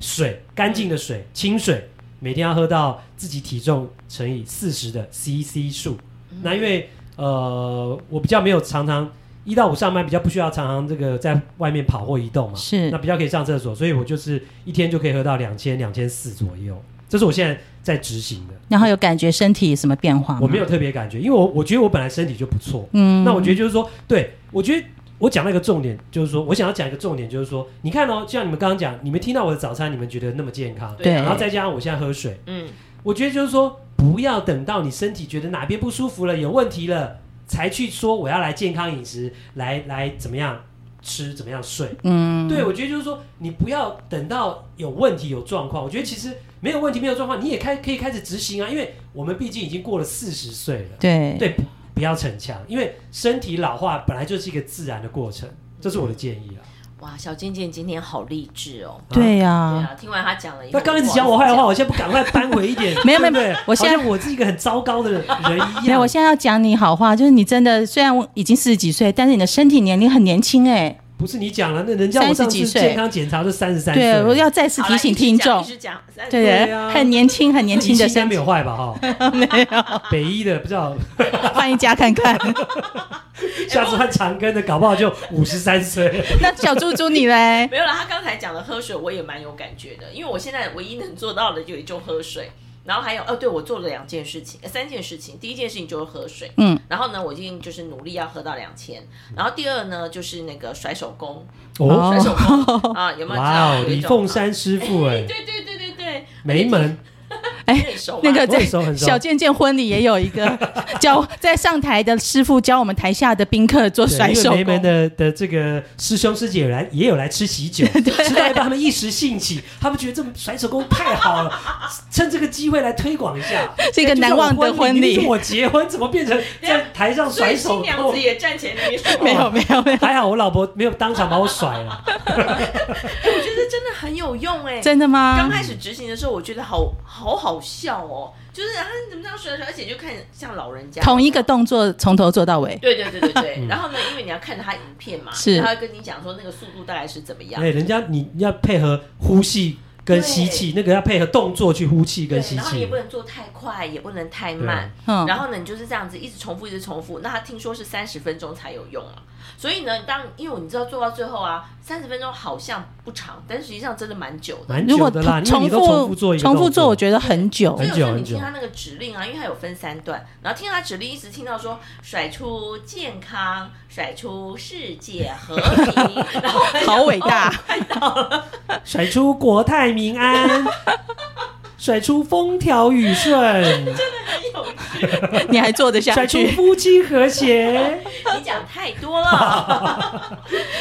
[SPEAKER 3] 水，干净的水，清水，每天要喝到自己体重乘以四十的 CC 数。那因为呃，我比较没有常常一到五上班，比较不需要常常这个在外面跑或移动嘛，
[SPEAKER 2] 是
[SPEAKER 3] 那比较可以上厕所，所以我就是一天就可以喝到两千、两千四左右。这是我现在在执行的，
[SPEAKER 2] 然后有感觉身体什么变化吗？
[SPEAKER 3] 我没有，特别感觉，因为我我觉得我本来身体就不错，
[SPEAKER 2] 嗯
[SPEAKER 3] 那我觉得就是说，对我觉得我讲那个重点就是说，我想要讲一个重点就是说，你看哦，就像你们刚刚讲，你们听到我的早餐，你们觉得那么健康，
[SPEAKER 2] 对
[SPEAKER 3] 然后再加上我现在喝水，
[SPEAKER 1] 嗯，
[SPEAKER 3] 我觉得就是说，不要等到你身体觉得哪边不舒服了、有问题了，才去说我要来健康饮食，来来怎么样吃、怎么样睡。
[SPEAKER 2] 嗯，
[SPEAKER 3] 对，我觉得就是说，你不要等到有问题、有状况。我觉得其实没有问题、没有状况，你也开可以开始执行啊，因为我们毕竟已经过了四十岁了。
[SPEAKER 2] 对
[SPEAKER 3] 对，不不要逞强，因为身体老化本来就是一个自然的过程，这是我的建议啊。
[SPEAKER 1] 哇，小健健今天好励志哦。
[SPEAKER 2] 对呀、
[SPEAKER 1] 对啊，听完他讲了以后，
[SPEAKER 3] 他刚开始讲我坏话，我现在不赶快扳回一点？
[SPEAKER 2] [laughs] 没有
[SPEAKER 3] 对不
[SPEAKER 2] 没有
[SPEAKER 3] 对
[SPEAKER 2] 我现在
[SPEAKER 3] 好像我是一个很糟糕的人一
[SPEAKER 2] [laughs] 没有，
[SPEAKER 3] 样
[SPEAKER 2] 我。现在要讲你好话，就是你真的虽然我已经四十几岁，但是你的身体年龄很年轻哎、
[SPEAKER 3] 不是你讲了，那人家我
[SPEAKER 2] 30
[SPEAKER 3] 上次
[SPEAKER 2] 几岁
[SPEAKER 3] 健康检查都三十三岁
[SPEAKER 2] 对，
[SPEAKER 3] 了，
[SPEAKER 2] 我要再次
[SPEAKER 1] 好
[SPEAKER 2] 提
[SPEAKER 1] 啦
[SPEAKER 2] 醒
[SPEAKER 1] 一直
[SPEAKER 2] 听
[SPEAKER 1] 讲
[SPEAKER 2] 众
[SPEAKER 1] 一，直讲，三
[SPEAKER 2] 对
[SPEAKER 3] 对啊
[SPEAKER 2] 很年轻很年轻的
[SPEAKER 3] 你应该
[SPEAKER 2] 身
[SPEAKER 3] 没
[SPEAKER 2] 体，
[SPEAKER 3] 有坏吧？哈，
[SPEAKER 2] [laughs]
[SPEAKER 3] [laughs] 北医的不知道，
[SPEAKER 2] 换一家看看。
[SPEAKER 3] 下次换长庚的，搞不好就五十三岁。 [laughs]
[SPEAKER 2] 那小猪猪你嘞？
[SPEAKER 1] 没有啦，他刚才讲的喝水，我也蛮有感觉的，因为我现在唯一能做到的就也就喝水，然后还有哦，对我做了两件事情，呃三件事情。第一件事情就是喝水，
[SPEAKER 2] [laughs] 嗯，
[SPEAKER 1] 然后呢，我已经就是努力要喝到两千，然后第二呢就是那个甩手功
[SPEAKER 3] 哦，
[SPEAKER 1] 甩手功啊，有没有知
[SPEAKER 3] 哇
[SPEAKER 1] 道
[SPEAKER 3] 哦，
[SPEAKER 1] 有一
[SPEAKER 3] 李
[SPEAKER 1] 种
[SPEAKER 3] 凤山师傅哎，
[SPEAKER 1] 对对对对对，
[SPEAKER 3] 梅门
[SPEAKER 1] 你
[SPEAKER 2] 哎
[SPEAKER 1] 很熟吗
[SPEAKER 2] 那个
[SPEAKER 3] 我
[SPEAKER 2] 在
[SPEAKER 3] 很熟很熟
[SPEAKER 2] 小健健婚礼也有一个 [laughs] 教在上台的师傅教我们台下的宾客 [laughs] 做
[SPEAKER 3] 对
[SPEAKER 2] 甩
[SPEAKER 3] 因
[SPEAKER 2] 手
[SPEAKER 3] 为梅门
[SPEAKER 2] 功，
[SPEAKER 3] 的的这个师兄师姐有来也有来吃
[SPEAKER 2] [laughs]
[SPEAKER 3] 喜酒，吃到一半他们一时兴起，他们觉得这甩手功太好了，趁这个机会来推广一
[SPEAKER 2] [laughs]
[SPEAKER 3] 下。
[SPEAKER 2] 是一个
[SPEAKER 3] 哎就
[SPEAKER 2] 难
[SPEAKER 3] 像我
[SPEAKER 2] 忘的
[SPEAKER 3] 婚
[SPEAKER 2] 婚
[SPEAKER 3] 明明
[SPEAKER 2] 礼
[SPEAKER 3] 是。我结婚怎么变成在台上
[SPEAKER 1] 所
[SPEAKER 3] 甩
[SPEAKER 1] 以
[SPEAKER 3] 手
[SPEAKER 1] 新娘
[SPEAKER 3] 功
[SPEAKER 1] 子？也站前面说，
[SPEAKER 2] [laughs] 没有没有没有，
[SPEAKER 3] 还哎好我老婆没有当场把我甩
[SPEAKER 2] [laughs]
[SPEAKER 3] 了。
[SPEAKER 1] 哎我觉得真的很有用哎、
[SPEAKER 2] 真的啊
[SPEAKER 1] 刚
[SPEAKER 2] 吗？
[SPEAKER 1] 开始执行的时候，我觉得好好好笑哦，就是他怎么这样甩甩，而且就看像老人家
[SPEAKER 2] 同一个动作从头做到尾，
[SPEAKER 1] 对对对对
[SPEAKER 2] [laughs]
[SPEAKER 1] 对，然后呢，因为你要看着他影片嘛，
[SPEAKER 2] 是
[SPEAKER 1] 然后他会跟你讲说那个速度大概是怎么样，
[SPEAKER 3] 哎，人家你要配合呼吸跟吸气，那个要配合动作去呼气跟
[SPEAKER 1] 对，
[SPEAKER 3] 吸
[SPEAKER 1] 然后你也
[SPEAKER 3] 气
[SPEAKER 1] 不。能做太快，也不能太慢，
[SPEAKER 2] 嗯，
[SPEAKER 1] 然后呢，你就是这样子一直重复，一直重复。那他听说是三十分钟才有用啊，所以呢，当因为你知道做到最后啊，三十分钟好像不长，但实际上真的蛮久的。
[SPEAKER 3] 蛮
[SPEAKER 2] 如
[SPEAKER 3] 久
[SPEAKER 2] 果
[SPEAKER 3] 的啦，因为
[SPEAKER 2] 重
[SPEAKER 3] 你都重复做一个
[SPEAKER 2] 重复
[SPEAKER 3] 动
[SPEAKER 2] 做，
[SPEAKER 3] 作
[SPEAKER 2] 我觉得 [laughs] 很久
[SPEAKER 1] 所以。有时候你
[SPEAKER 3] 很久
[SPEAKER 1] 听他那个指令啊，因为他有分三段，然后听他指令，一直听到说甩出健康，甩出世界和平，然后
[SPEAKER 2] 好伟大，
[SPEAKER 3] [laughs] 甩出国泰民安， [laughs] 甩出风调雨顺。
[SPEAKER 1] 很有
[SPEAKER 2] 你还做得下
[SPEAKER 3] 甩出
[SPEAKER 2] 去？
[SPEAKER 3] 夫妻
[SPEAKER 2] [laughs]
[SPEAKER 3] 和谐。
[SPEAKER 1] 你讲太多了。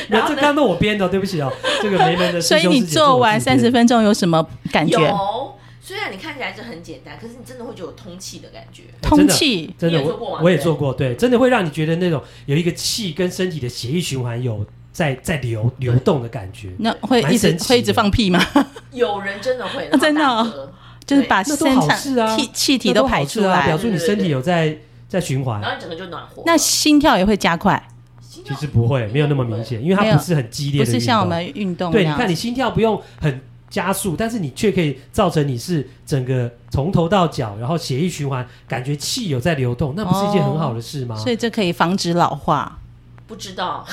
[SPEAKER 1] 然
[SPEAKER 3] 那
[SPEAKER 1] 后
[SPEAKER 3] 这
[SPEAKER 1] 呢
[SPEAKER 3] 刚刚我编的哦，对不起哦，这个没门的师
[SPEAKER 2] 所
[SPEAKER 3] 兄师姐
[SPEAKER 2] 以你做完三十，分钟有什么 [laughs] 感觉？
[SPEAKER 1] 有，虽然你看起来是很简单，可是你真的会觉得有通气的感觉。
[SPEAKER 3] 我自己
[SPEAKER 2] 通
[SPEAKER 3] 做
[SPEAKER 2] 气，
[SPEAKER 3] 真的，
[SPEAKER 1] 你也
[SPEAKER 3] 真的
[SPEAKER 1] 做过
[SPEAKER 3] 我
[SPEAKER 1] 吗
[SPEAKER 3] 我也做过，对，真的会让你觉得那种有一个气跟身体的血液循环有在在流流动的感觉，
[SPEAKER 2] 那会
[SPEAKER 3] 蛮
[SPEAKER 2] 一直
[SPEAKER 3] 神奇的
[SPEAKER 2] 会一直放屁吗？
[SPEAKER 1] 有人真的会，
[SPEAKER 2] 啊真的哦
[SPEAKER 1] 然后打嗝
[SPEAKER 2] 就是把
[SPEAKER 3] 那
[SPEAKER 2] 身
[SPEAKER 3] 都好
[SPEAKER 2] 上
[SPEAKER 3] 事啊
[SPEAKER 2] 气气体
[SPEAKER 3] 那
[SPEAKER 2] 都
[SPEAKER 3] 好
[SPEAKER 2] 排
[SPEAKER 3] 事
[SPEAKER 2] 出
[SPEAKER 3] 啊表
[SPEAKER 2] 来，
[SPEAKER 3] 示你身体有在在循环
[SPEAKER 1] 然。后你整个就暖和了。
[SPEAKER 2] 那心跳也会加快，
[SPEAKER 1] 心
[SPEAKER 3] 其
[SPEAKER 1] 跳
[SPEAKER 3] 实不会，没有那么明显，因为
[SPEAKER 2] 没
[SPEAKER 3] 它
[SPEAKER 2] 有
[SPEAKER 3] 不是很激烈
[SPEAKER 2] 不
[SPEAKER 3] 的运动，
[SPEAKER 2] 是像我们运动那
[SPEAKER 3] 对，你看
[SPEAKER 2] 样。
[SPEAKER 3] 你心跳不用很加速，但是你却可以造成你是整个从头到脚，然后血液循环，感觉气有在流动，那不是一件很好的事吗？
[SPEAKER 2] 哦所以这可以防止老化，
[SPEAKER 1] 不知道，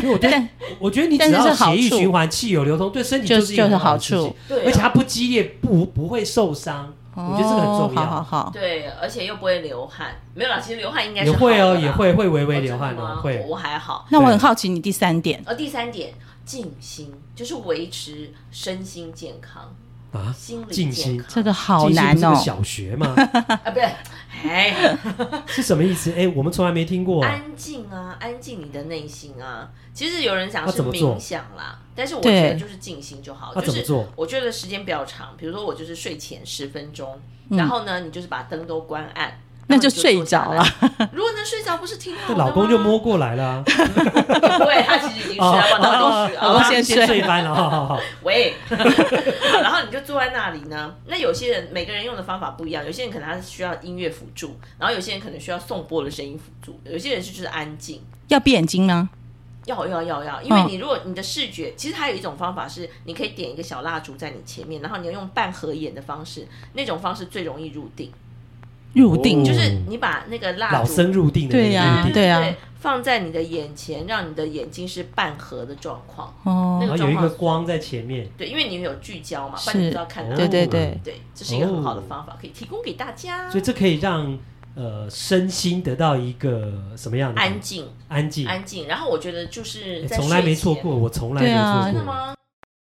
[SPEAKER 3] 所以我对
[SPEAKER 2] 但
[SPEAKER 3] 我觉得你
[SPEAKER 2] 但
[SPEAKER 3] 只
[SPEAKER 2] 是
[SPEAKER 3] 要
[SPEAKER 2] 是好
[SPEAKER 3] 血液
[SPEAKER 2] 处
[SPEAKER 3] 循环、气有流通，对身体
[SPEAKER 2] 就是
[SPEAKER 3] 一个
[SPEAKER 2] 就是
[SPEAKER 3] 很好
[SPEAKER 2] 好
[SPEAKER 3] 的事
[SPEAKER 2] 处
[SPEAKER 3] 情，
[SPEAKER 1] 对啊，
[SPEAKER 3] 而且它不激烈，不不会受伤，我觉得这个很重
[SPEAKER 2] 哦好好
[SPEAKER 3] 要。
[SPEAKER 2] 好，
[SPEAKER 1] 对，而且又不会流汗，没有啦，其实流汗应该
[SPEAKER 3] 也
[SPEAKER 1] 是
[SPEAKER 3] 会
[SPEAKER 1] 好
[SPEAKER 3] 哦，
[SPEAKER 1] 的啦
[SPEAKER 3] 也会会微
[SPEAKER 1] 哦
[SPEAKER 3] 微
[SPEAKER 1] 真的
[SPEAKER 3] 流汗哦
[SPEAKER 1] 吗，
[SPEAKER 3] 会
[SPEAKER 1] 我。我还好。呃
[SPEAKER 2] 那我
[SPEAKER 3] 对
[SPEAKER 2] 很好奇你第三点，
[SPEAKER 1] 而第三点，静心就是维持身心健康
[SPEAKER 3] 啊
[SPEAKER 1] 心理
[SPEAKER 3] 静心
[SPEAKER 1] 健康
[SPEAKER 2] 这个好
[SPEAKER 3] 静心
[SPEAKER 2] 难
[SPEAKER 3] 不是
[SPEAKER 2] 哦
[SPEAKER 3] 个。小学吗？
[SPEAKER 2] [laughs]
[SPEAKER 1] 啊，不是，哎，
[SPEAKER 3] 是什么意思？哎，我们从来没听过。
[SPEAKER 1] 安静啊，安静你的内心啊。其实有人讲
[SPEAKER 3] 那
[SPEAKER 1] 是
[SPEAKER 3] 怎么做
[SPEAKER 1] 冥想啦，但是我
[SPEAKER 2] 对
[SPEAKER 1] 觉得就是静心就好。
[SPEAKER 3] 那
[SPEAKER 1] 就
[SPEAKER 3] 怎么
[SPEAKER 1] 是
[SPEAKER 3] 做
[SPEAKER 1] 我觉得时间比较长，比如说我就是睡前十分钟，
[SPEAKER 3] 嗯
[SPEAKER 1] 然后呢，你就是把灯都关暗，
[SPEAKER 2] 那
[SPEAKER 1] 然后
[SPEAKER 2] 就
[SPEAKER 1] 你
[SPEAKER 2] 睡
[SPEAKER 1] 坐下
[SPEAKER 2] 着
[SPEAKER 1] 来
[SPEAKER 2] 了。
[SPEAKER 3] [laughs]
[SPEAKER 1] 如果能睡着，不是挺好
[SPEAKER 3] 这
[SPEAKER 1] 的
[SPEAKER 3] 老公就
[SPEAKER 1] 吗
[SPEAKER 3] 摸过来了啊，
[SPEAKER 1] [laughs] 不会，他其实已经睡了，啊我到底去
[SPEAKER 2] 哦
[SPEAKER 1] 啊？
[SPEAKER 2] 先
[SPEAKER 3] 先
[SPEAKER 2] 睡
[SPEAKER 3] 睡翻了，好哦好好。
[SPEAKER 2] [laughs]
[SPEAKER 1] 喂，好然后你就坐在那里呢。那有些人每个人用的方法不一样，有些人可能他是需要音乐辅助，然后有些人可能需要颂钵的声音辅助，有些人是就是安静。
[SPEAKER 2] 要闭眼睛吗？
[SPEAKER 1] 要要要要，因
[SPEAKER 2] 嗯
[SPEAKER 1] 为你如果你的视觉，其实还有一种方法是，你可以点一个小蜡烛在你前面，然后你要用半合眼的方式，那种方式最容易入定，
[SPEAKER 2] 入定
[SPEAKER 3] 哦
[SPEAKER 1] 就是你把那个蜡
[SPEAKER 3] 老
[SPEAKER 1] 烛。
[SPEAKER 3] 僧入定的那个
[SPEAKER 2] 对呀
[SPEAKER 3] 入定
[SPEAKER 1] 对
[SPEAKER 2] 对啊
[SPEAKER 1] 放在你的眼前，让你的眼睛是半合的状况。
[SPEAKER 2] 哦
[SPEAKER 1] 那，
[SPEAKER 3] 然
[SPEAKER 1] 个
[SPEAKER 3] 后有一
[SPEAKER 1] 状
[SPEAKER 3] 个
[SPEAKER 1] 况
[SPEAKER 3] 光在前面，
[SPEAKER 1] 对，因为你有聚焦嘛，不然你
[SPEAKER 2] 是
[SPEAKER 1] 不知道
[SPEAKER 3] 哦
[SPEAKER 1] 看到。
[SPEAKER 2] 对对对，
[SPEAKER 1] 对，这是一个很好的方法，可以提供给大家
[SPEAKER 3] 所。以这可以让呃身心得到一个什么样的
[SPEAKER 1] 安静，
[SPEAKER 3] 安静？
[SPEAKER 1] 安静。然后我觉得就是
[SPEAKER 3] 诶
[SPEAKER 1] 在
[SPEAKER 3] 嗯哎从来没
[SPEAKER 1] 睡
[SPEAKER 3] 错
[SPEAKER 1] 前
[SPEAKER 3] 过，我从来
[SPEAKER 2] 对啊
[SPEAKER 1] 真
[SPEAKER 3] 没错
[SPEAKER 1] 的
[SPEAKER 3] 过。
[SPEAKER 1] 吗？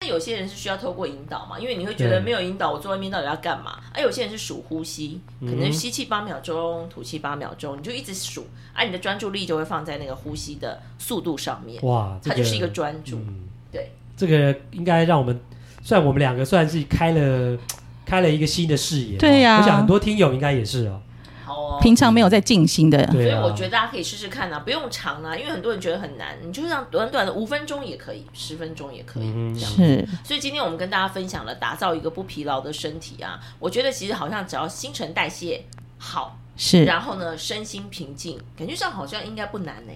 [SPEAKER 1] 那有些人是需要透过引导嘛，因为你会觉
[SPEAKER 3] 对
[SPEAKER 1] 得没有引导，我坐外面到底要干嘛？啊，有些人是数呼吸，可
[SPEAKER 3] 嗯
[SPEAKER 1] 能吸气八秒钟，吐气八秒钟，你就一直数，啊，你的专注力就会放在那个呼吸的速度上面，
[SPEAKER 3] 哇，这
[SPEAKER 1] 它
[SPEAKER 3] 个
[SPEAKER 1] 就是一个专注。
[SPEAKER 3] 嗯，
[SPEAKER 1] 对，
[SPEAKER 3] 这个应该让我们算我们两个算是开了开了一个新的视野哦。
[SPEAKER 2] 对呀
[SPEAKER 3] 我想很多听友应该也是哦。
[SPEAKER 1] 好哦。
[SPEAKER 2] 平常没有在静心的，
[SPEAKER 1] 所
[SPEAKER 3] 对
[SPEAKER 1] 以
[SPEAKER 3] 啊，
[SPEAKER 1] 我觉得大家可以试试看啊，不用长啊，因为很多人觉得很难，你就让短短的五分钟也可以，十分钟也可以，
[SPEAKER 3] 嗯
[SPEAKER 1] 这样
[SPEAKER 2] 是
[SPEAKER 1] 所以今天我们跟大家分享了打造一个不疲劳的身体啊，我觉得其实好像只要新陈代谢好，
[SPEAKER 3] 嗯
[SPEAKER 2] 是
[SPEAKER 1] 然后呢身心平静，感觉上好像应该不难呢、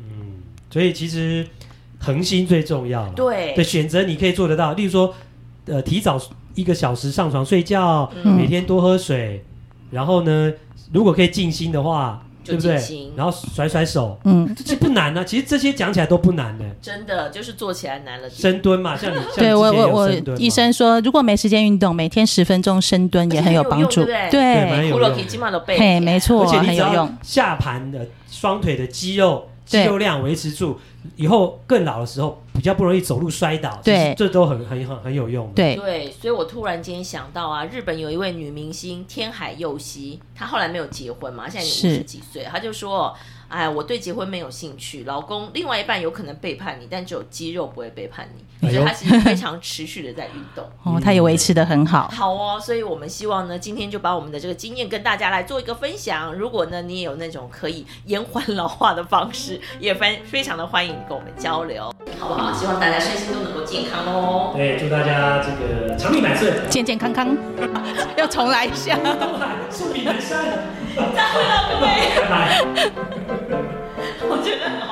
[SPEAKER 3] 嗯，所以其实恒心最重要了。
[SPEAKER 1] 对
[SPEAKER 3] 对，选择你可以做得到，例如说，呃，提早一个小时上床睡觉，
[SPEAKER 1] 嗯
[SPEAKER 3] 每天多喝水，然后呢，如果可以静心的话，
[SPEAKER 1] 就
[SPEAKER 3] 对不对
[SPEAKER 1] 静心？
[SPEAKER 3] 然后甩甩手，
[SPEAKER 2] 嗯，
[SPEAKER 3] 这不难啊。其实这些讲起来都不难的，
[SPEAKER 1] 真的就是做起来难了点。
[SPEAKER 3] 深蹲嘛，像你，像
[SPEAKER 2] 对
[SPEAKER 3] 你
[SPEAKER 2] 我
[SPEAKER 3] 之前
[SPEAKER 2] 我
[SPEAKER 3] 有
[SPEAKER 2] 我
[SPEAKER 3] 深蹲嘛
[SPEAKER 2] 医生说，如果没时间运动，每天十分钟深蹲也很有帮助
[SPEAKER 1] 而且很有用，
[SPEAKER 3] 对蛮
[SPEAKER 2] 对，
[SPEAKER 3] 有
[SPEAKER 1] 骷
[SPEAKER 3] 用
[SPEAKER 1] 髅
[SPEAKER 3] 的
[SPEAKER 1] 皮基曼的背，
[SPEAKER 2] 嘿，没错
[SPEAKER 3] 而，且你
[SPEAKER 2] 很
[SPEAKER 3] 只
[SPEAKER 2] 有
[SPEAKER 3] 要
[SPEAKER 2] 用，
[SPEAKER 3] 下盘的双腿的肌肉肌
[SPEAKER 2] 对
[SPEAKER 3] 肉量维持住，以后更老的时候比较不容易走路摔倒，其实
[SPEAKER 2] 对
[SPEAKER 3] 这都很很很很有用的。
[SPEAKER 2] 对，
[SPEAKER 1] 对，所以我突然间想到啊，日本有一位女明星天海佑希，她后来没有结婚嘛，现在已经五
[SPEAKER 2] 是
[SPEAKER 1] 十几岁，她就说：“哎，我对结婚没有兴趣，老公另外一半有可能背叛你，但只有肌肉不会背叛你。”所
[SPEAKER 3] 哎呦
[SPEAKER 1] 以她其实非常持续的在运动。
[SPEAKER 2] 哦，
[SPEAKER 3] 嗯
[SPEAKER 2] 他也维持的很好，
[SPEAKER 1] 好哦，所以我们希望呢，今天就把我们的这个经验跟大家来做一个分享。如果呢，你也有那种可以延缓老化的方式，也非非常的欢迎你跟我们交流，好不好？希望大家身心都能够健康哦。
[SPEAKER 3] 对，祝大家这个长命
[SPEAKER 1] [laughs]
[SPEAKER 3] 百岁， [laughs]
[SPEAKER 2] 健健康 [laughs] 康，要重来一下。
[SPEAKER 3] 寿比南山。 [laughs]
[SPEAKER 1] 再会了，各位。
[SPEAKER 3] 拜拜。
[SPEAKER 1] 我觉得很好。